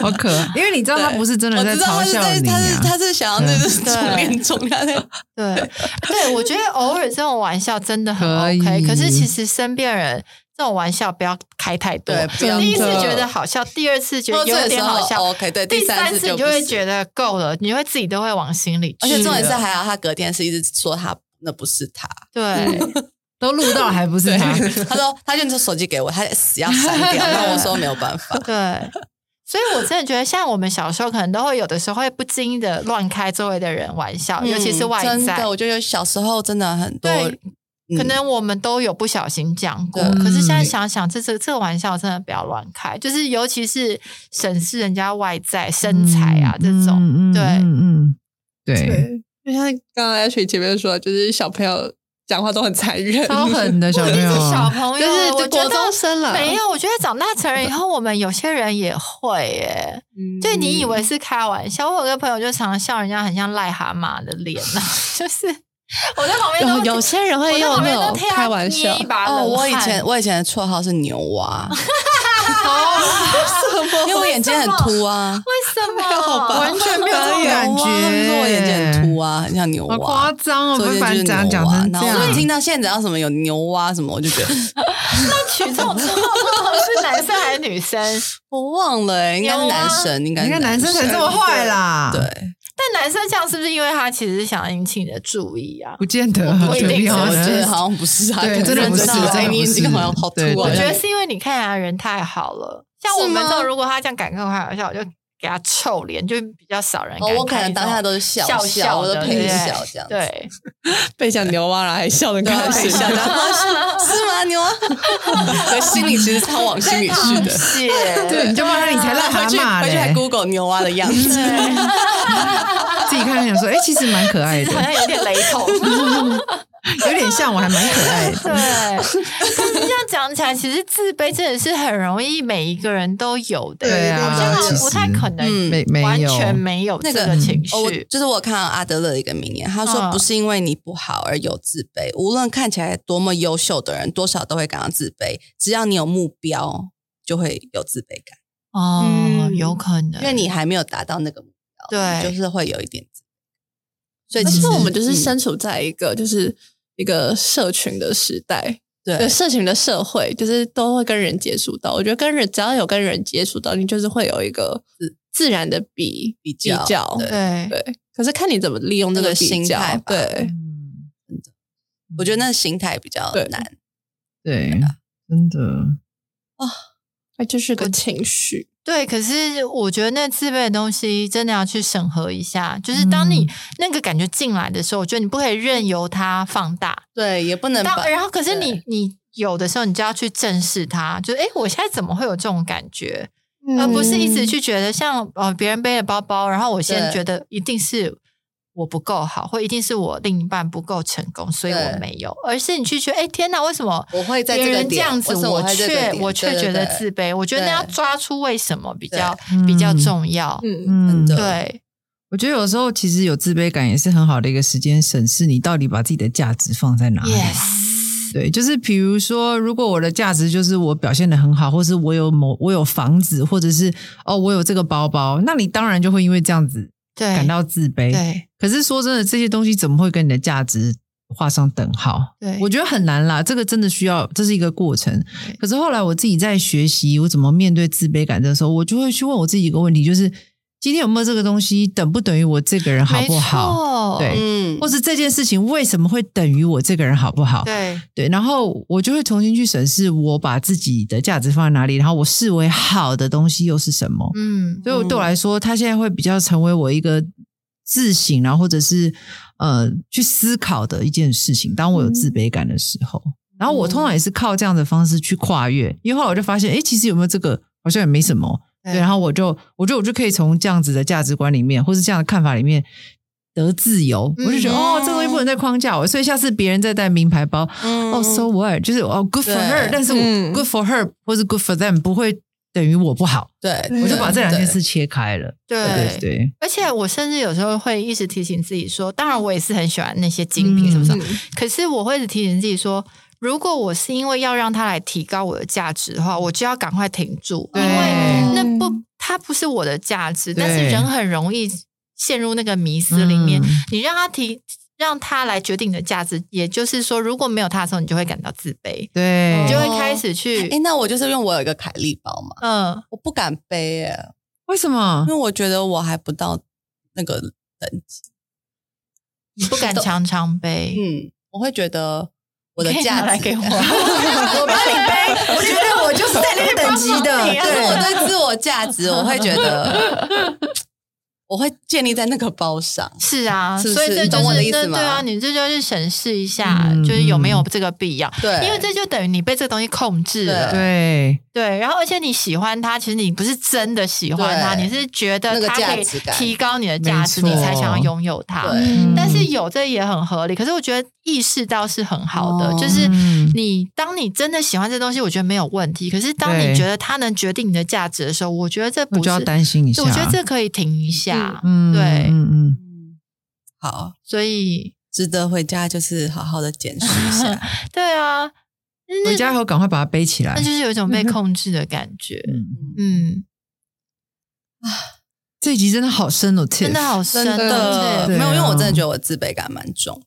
S4: 好可爱，因为你知 [laughs] 道他不是真的
S2: 我
S4: 在
S2: 知道
S4: 嘲
S2: 他是
S4: 笑
S2: 在，
S4: 你、
S2: 他是
S4: 啊，
S2: 他是想要就是初恋中他在
S3: 对啊对，我
S2: [laughs]
S3: 觉得偶尔这种玩笑真的很
S4: 可
S3: OK
S4: 以
S3: 可。是其实身边人这种玩笑不要开太多。
S2: 对，不要
S3: 第一次
S5: 真的
S3: 觉得好笑，第二次
S2: [laughs]
S3: 觉得
S2: 喝醉
S3: 有
S2: 的时
S3: 点好笑，
S2: 候 OK，对，
S3: 第
S2: 哦三
S3: 三次
S2: 就
S3: 你
S2: 不
S3: 就会
S2: 行
S3: 觉得够了，你会自己都会往心里去。
S2: 而且重点是还好他隔天是一直说他那不是他，
S3: 对，
S2: 嗯
S4: 都录到了还不是他，
S2: [laughs] 他说他就手机给我，他死要删掉，
S4: [laughs]
S2: 然后我说没有办法，
S3: 对，所以我真的觉得，像我们小时候可能都会有的时候会不经意的乱开周围的人玩笑，嗯尤其是外
S2: 真
S3: 在
S2: 的，。我觉得小时候真的很多，
S3: 对，
S2: 嗯
S3: 可能我们都有不小心讲过，
S5: 嗯
S2: 对
S3: 可是现在想想，这这这个玩笑真的不要乱开，就是尤其是审视人家外在
S5: 嗯
S3: 身材啊、这种，
S4: 嗯
S3: 对
S4: 嗯嗯，对，
S5: 对，就像刚刚 H 前面说，就是小朋友讲话都很残忍，
S4: 超狠的小
S3: 不一
S4: 朋
S3: 定
S4: 友
S3: 是小
S4: 啊，
S3: 朋友，
S5: 嗯就是
S3: 我觉
S5: 国
S3: 得
S5: 中生了
S3: 没有，我觉得长大成人以后，我们有些人也会耶。
S5: 嗯
S3: 对你以为是开玩笑，我有个朋友就常常笑人家很像癞蛤蟆的脸啊， [laughs] 就是我在旁边都
S5: 有有些人会用那种开玩笑，
S2: 哦，我以
S3: [laughs]
S2: 前我以前的绰号是牛蛙，因为我眼睛很凸啊，
S3: 为什
S5: [laughs]
S3: 么完全没有
S4: 这种感
S2: 牛
S4: 觉
S2: 蛙他们说我眼睛很凸啊，很像牛
S4: 啊好夸
S2: 蛙。
S4: 张哦！
S2: 所以
S4: 被
S2: 就
S4: 把
S2: 是
S4: 你
S2: 牛
S4: 讲讲
S2: 蛙
S4: 成，
S2: 然后
S4: 这样
S2: 我，听到现在只要什么有牛蛙什么，我就觉得
S3: 取这种绰号不 [laughs] 懂是男生还是女生？
S2: [laughs] 我忘了、欸，应该是男生，应该
S4: 你
S2: 是
S4: 看男生才这么坏
S2: [laughs]
S4: 啦，
S2: 对，
S3: [laughs] 但男生这样是不是因为他其实是想引起你的注意啊？
S4: 不见得，
S3: 不一定
S4: 对
S3: 是
S2: 我
S4: 我
S2: 觉
S4: 觉
S2: 得
S4: 得
S2: 好像不是他，啊
S4: 对
S2: 可能
S4: 真
S3: 的不是
S2: 真的
S3: 真的
S2: 哎
S3: 不
S2: 你
S4: 是
S2: 你干嘛要好突
S4: 对
S2: 啊
S3: 我
S4: 对
S3: 觉得是因为你看人家人太好了，像我们这种，如果他这样敢跟我开玩笑，我就给他臭脸，就比较少人敢
S2: 哦，
S3: 开这种。
S2: 我可能当下都是笑
S3: 笑
S2: 笑，我
S3: 的
S2: 都陪
S3: 对不对
S2: 笑这样子，
S3: 对，
S5: 被讲牛蛙了还笑的
S2: 然后
S4: 啊
S5: 开
S2: 陪
S5: 心，
S2: 笑，然后
S3: [laughs]
S2: 是 [laughs] 是吗？牛啊，可心里其实超往心里去的。啊
S3: 谢。
S4: 对，你就骂他你才癞
S2: 回
S4: 蛤
S2: 去
S4: 蟆
S2: 回去还
S4: 嘞，
S2: Google 牛蛙的样
S4: [laughs]
S2: 子，
S4: 自己看想说，哎，其实蛮可爱的，
S3: 好像有点雷同。
S4: 有点像我，还蛮可
S2: 哎
S4: 爱的。 [laughs]
S3: 对，但是这样讲起来，其实自卑真的是很容易，每一个人都有的。
S4: 对啊
S3: 我觉得好像不太可能，
S2: 嗯
S4: 没没有
S3: 完全没有
S2: 那
S3: 这
S2: 个
S3: 个情
S2: 哦，我
S3: 绪。
S2: 就是我看到阿德勒的一个名言，他说
S3: 嗯
S2: 不是因为你不好而有自卑，无论看起来多么优秀的人，多少都会感到自卑。只要你有目标，就会有自卑感，
S3: 哦，
S5: 嗯
S3: 有可能，
S2: 因为你还没有达到那个目标，
S3: 对
S2: 你就是会有一点自卑。所以
S5: 而
S2: 其
S5: 且
S2: 实
S5: 我们就是
S2: 嗯
S5: 身处在一个就是一个社群的时代，
S2: 对
S5: 对社群的社会，就是都会跟人接触到。我觉得跟人只要有跟人接触到，你就是会有一个自自然的比
S2: 比
S5: 较
S2: 较对
S3: 对
S5: 对。可是看你怎么利用这
S2: 那
S5: 个
S2: 个
S5: 比
S2: 心
S5: 较
S2: 态吧
S5: 对，
S4: 嗯
S2: 我觉得那心态比较
S5: 对
S2: 难。
S4: 对，真的
S5: 那就是个情绪。
S3: 对，可是我觉得那自备的东西真的要去审核一下，就是当你
S4: 嗯
S3: 那个感觉进来的时候，我觉得你不可以任由它放大。
S2: 对，也不能
S3: 当
S2: 把
S3: 然后，可是你你有的时候你就要去正视它，就是哎，诶我现在怎么会有这种感觉，而呃不是一
S5: 嗯
S3: 直去觉得像呃别人背了包包，然后我先
S2: 对
S3: 觉得一定是。我不够好，或一定是我另一半不够成功，所以
S2: 对
S3: 我没有，而是你去觉得，哎、天哪，为什么
S2: 我会在
S3: 别
S2: 这个
S3: 人这
S2: 点
S3: 样子，
S2: 为什么
S3: 我
S2: 我会在这个
S3: 却
S2: 点
S3: 我
S2: 对
S3: 却
S2: 对
S3: 觉得
S2: 对
S3: 自卑。我觉得
S2: 对
S3: 要抓出为什么比
S2: 对
S3: 较比较
S4: 嗯
S3: 重要。
S5: 嗯，
S4: 嗯
S2: 真的
S3: 对
S4: 我觉得有时候其实有自卑感也是很好的一个时间审视你到底把自己的价值放在哪里。
S3: ，yes，
S4: 对，就是比如说，如果我的价值就是我表现的很好，或是我有某我有房子，或者是哦我有这个包包，那你当然就会因为这样子
S3: 对，
S4: 感到自卑。
S3: 对
S4: 可是说真的，这些东西怎么会跟你的价值画上等号？
S3: 对，
S4: 我觉得很难啦，这个真的需要，这是一个过程
S3: 对。
S4: 可是后来我自己在学习我怎么面对自卑感的时候，我就会去问我自己一个问题，就是今天有没有这个东西等不等于我这个人好
S3: 没
S4: 不好？
S3: 错，
S4: 对
S2: 嗯
S4: 或是这件事情为什么会等于我这个人好不好？
S3: 对
S4: 对，然后我就会重新去审视我把自己的价值放在哪里，然后我视为好的东西又是什么？
S3: 嗯，
S4: 所以我对我
S2: 嗯
S4: 来说，它现在会比较成为我一个自省，然后或者是呃去思考的一件事情。当我有
S3: 嗯
S4: 自卑感的时候，然后我通常也是靠这样的方式去跨越，因为后来我就发现，哎，其实有没有这个好像也没什么。对，然后我就我觉得我就可以从这样子的价值观里面，或是这样的看法里面。得自由，我就觉得、
S3: 嗯
S4: 哦，这个东西不能再框架我，所以下次别人再带名牌包，
S2: 嗯
S4: 哦、s o what，就是哦，good
S2: 对
S4: for her，但是我、
S5: 嗯
S4: good for her 或是 good for them 不会等于我不好，
S2: 对，
S4: 我就把这两件
S2: 对
S4: 事切开了。
S3: 嗯对
S4: 对对，
S3: 而且我甚至有时候会一直提醒自己说，当然我也是很喜欢那些精
S4: 嗯
S3: 品什么什么，可是我会一直提醒自己说，如果我是因为要让它来提高我的价值的话，我就要赶快停住，因为
S4: 对
S3: 那不它不是我的价值，
S4: 对
S3: 但是人很容易陷入那个迷思里面。
S4: 嗯
S3: 你让他提，让他来决定你的价值，也就是说，如果没有他的时候，你就会感到自卑，
S4: 对，哦
S3: 你就
S4: 就
S3: 会开始去
S2: 哎，那我就是因为我有一个凯利包嘛，
S3: 嗯。
S2: 我不敢背耶，
S4: 为什么
S2: 因为我觉得我还不到那个等级。
S3: 你不
S4: [laughs]
S3: 敢常常背， [laughs]
S2: 嗯，我会觉得我的
S3: 可以拿
S2: 价值
S3: 来给我
S4: 我帮你背？我觉得我就是在那个等级的，
S3: 啊
S2: 但是
S4: 对
S2: 我对自我价值，我会觉得
S3: [laughs]
S2: 我会建立在那个包上。
S3: 是啊，
S2: 是不
S3: 所以
S2: 是
S3: 这
S2: 你
S3: 就
S2: 懂我的
S3: 是
S2: 意
S3: 这
S2: 思吗
S3: 对啊，你这就是审视一下，
S4: 嗯
S3: 就是有没有这个必要，
S2: 对，
S3: 因为这就等于你被这个东西控制了，
S4: 对
S3: 对，然后而且你喜欢它，其实你不是真的喜欢它，
S2: 对
S3: 你是觉
S2: 那
S3: 得
S2: 个
S3: 它
S2: 价
S3: 可以
S2: 值感
S3: 提高你的价值，
S4: 没
S3: 你
S4: 错
S3: 才想要拥有它。
S2: 对
S4: 嗯
S3: 但是有这也很合理，可是我觉得意识到是很好的，
S2: 哦
S3: 就是
S4: 嗯
S3: 你当你真的喜欢这东西，我觉得没有问题。可是当
S4: 对
S3: 你觉得它能决定你的价值的时候，我觉得这
S4: 我
S3: 不
S4: 就是要，担心一下。
S3: 对我觉得这可以停一下。
S4: 嗯，
S3: 对
S4: 嗯嗯，
S2: 嗯，好，
S3: 所以
S2: 值得回家就是好好的检视一下。
S3: [laughs] 对啊，
S4: 回家后赶快把它背起来
S3: 那。就是有一种被控制的感觉。
S4: 嗯，
S3: 嗯，
S4: 这一集真的好深哦，
S3: 真
S4: 真
S3: 的好深啊
S5: 真
S2: 的
S3: 的，
S4: 对
S2: 没有，因为
S4: 啊
S2: 我真的觉得我自卑感蛮重的。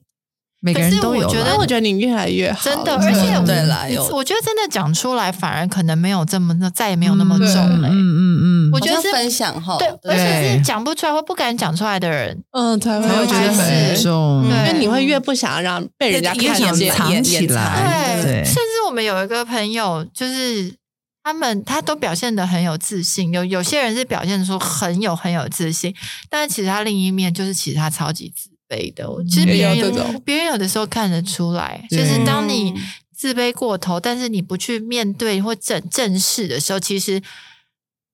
S4: 每个人都有
S3: 可是
S4: 啦。
S3: 我觉
S5: 但
S3: 得
S5: 我觉得你越来越好，
S3: 真的，
S5: 真
S3: 而且我
S2: 对啦有
S3: 我觉得真的讲出来，反而可能没有这么那再也没有那么重欸了、
S4: 嗯嗯嗯嗯，
S3: 我觉得
S2: 好像
S3: 是
S2: 分享哈，
S3: 对，而且
S4: 对
S3: 是讲不出来或不敢讲出来的人，
S5: 嗯，才会
S4: 才会觉得
S5: 开
S4: 很
S5: 始
S4: 重。
S5: 因
S3: 对
S5: 为你会越不想让被人家
S2: 也
S5: 看
S2: 想
S5: 见。
S2: 藏
S4: 也也
S2: 起来
S4: 对对
S3: 甚至我们有一个朋友，就是他们他都表现的很有自信，有有些人是表现出很有很有自信，但其实他另一面就是其实他超级自卑的。我其实别人
S5: 嗯也有
S3: 有
S5: 这种
S3: 别人有的时候看得出来，
S4: 对
S3: 就是当你
S2: 嗯
S3: 自卑过头，但是你不去面对或正正视的时候，其实。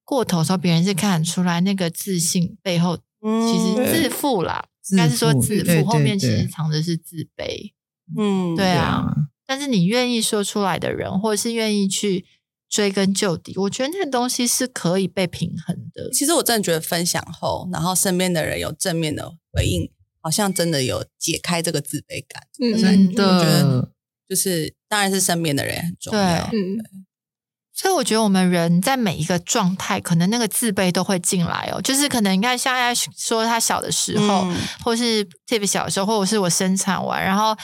S3: 过头的时候，别人是看得出来那个自信背后，
S2: 嗯
S3: 其实自
S5: 对
S3: 负啦，
S4: 嗯自
S3: 应该是说
S4: 负
S3: 自
S4: 对
S3: 负，后
S4: 对
S3: 面其
S4: 对
S3: 实藏的是自卑。
S2: 嗯，
S3: 对啊，但是你愿意说出来的人，或者是愿意去追根究底，我觉得那个东西是可以被平衡的。
S2: 其实我真的觉得分享后，然后身边的人有正面的回应，好像真的有解开这个自卑感。
S5: 嗯
S4: 真
S2: 我觉
S4: 的
S2: 得就是当然是身边的人也很重要。
S3: 对
S5: 嗯，
S3: 所以我觉得我们人在每一个状态，可能那个自卑都会进来哦。就是可能你看，像 Ash 说他小的时候，
S2: 嗯
S3: 或是 Tip 小的时候，或者是我生产完，然后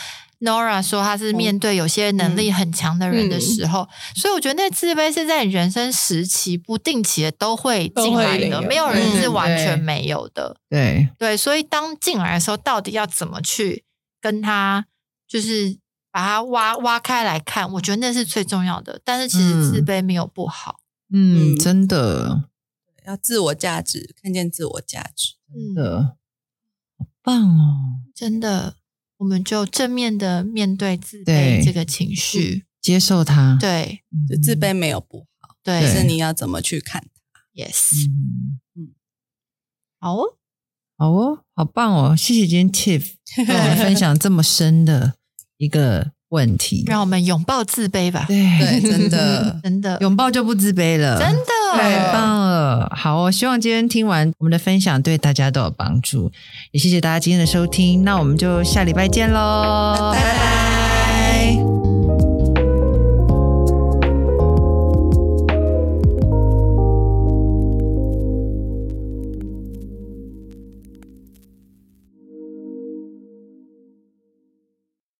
S3: Nora 说她是面对有些能力很强的人的时候，所以我觉得那自卑是在你人生时期不定期的都会进来
S5: 都会
S3: 的，
S5: 有
S3: 没有人是完全
S4: 嗯
S3: 没有的。
S4: 对
S3: 对，所以当进来的时候，到底要怎么去跟他，就是把它挖挖开来看？我觉得那是最重要的。但是其实自
S4: 嗯
S3: 卑没有不好，
S4: 嗯，
S2: 嗯
S4: 真的
S2: 要自我价值，看见自我价值。
S3: 嗯，
S4: 真的好棒哦！
S3: 真的，我们就正面的面对自
S4: 对
S3: 卑这个情绪。
S4: 接受它，
S3: 对
S4: 嗯
S2: 就自卑没有不好，
S3: 对
S2: 只
S4: 对
S2: 是你要怎么去看它。
S3: ，yes，
S4: 嗯
S3: 好哦，
S4: 好哦，好棒哦！谢谢今天 [laughs] Tiff 跟我们分享这么深的一个问题，
S3: 让我们拥抱自卑吧，，
S2: 对，真的
S4: [laughs]
S3: 真的，
S4: 拥抱就不自卑了，
S3: 真的，
S4: 太棒了！好、哦，希望今天听完我们的分享，对大家都有帮助。也谢谢大家今天的收听，那我们就下礼拜见喽，
S2: 拜拜。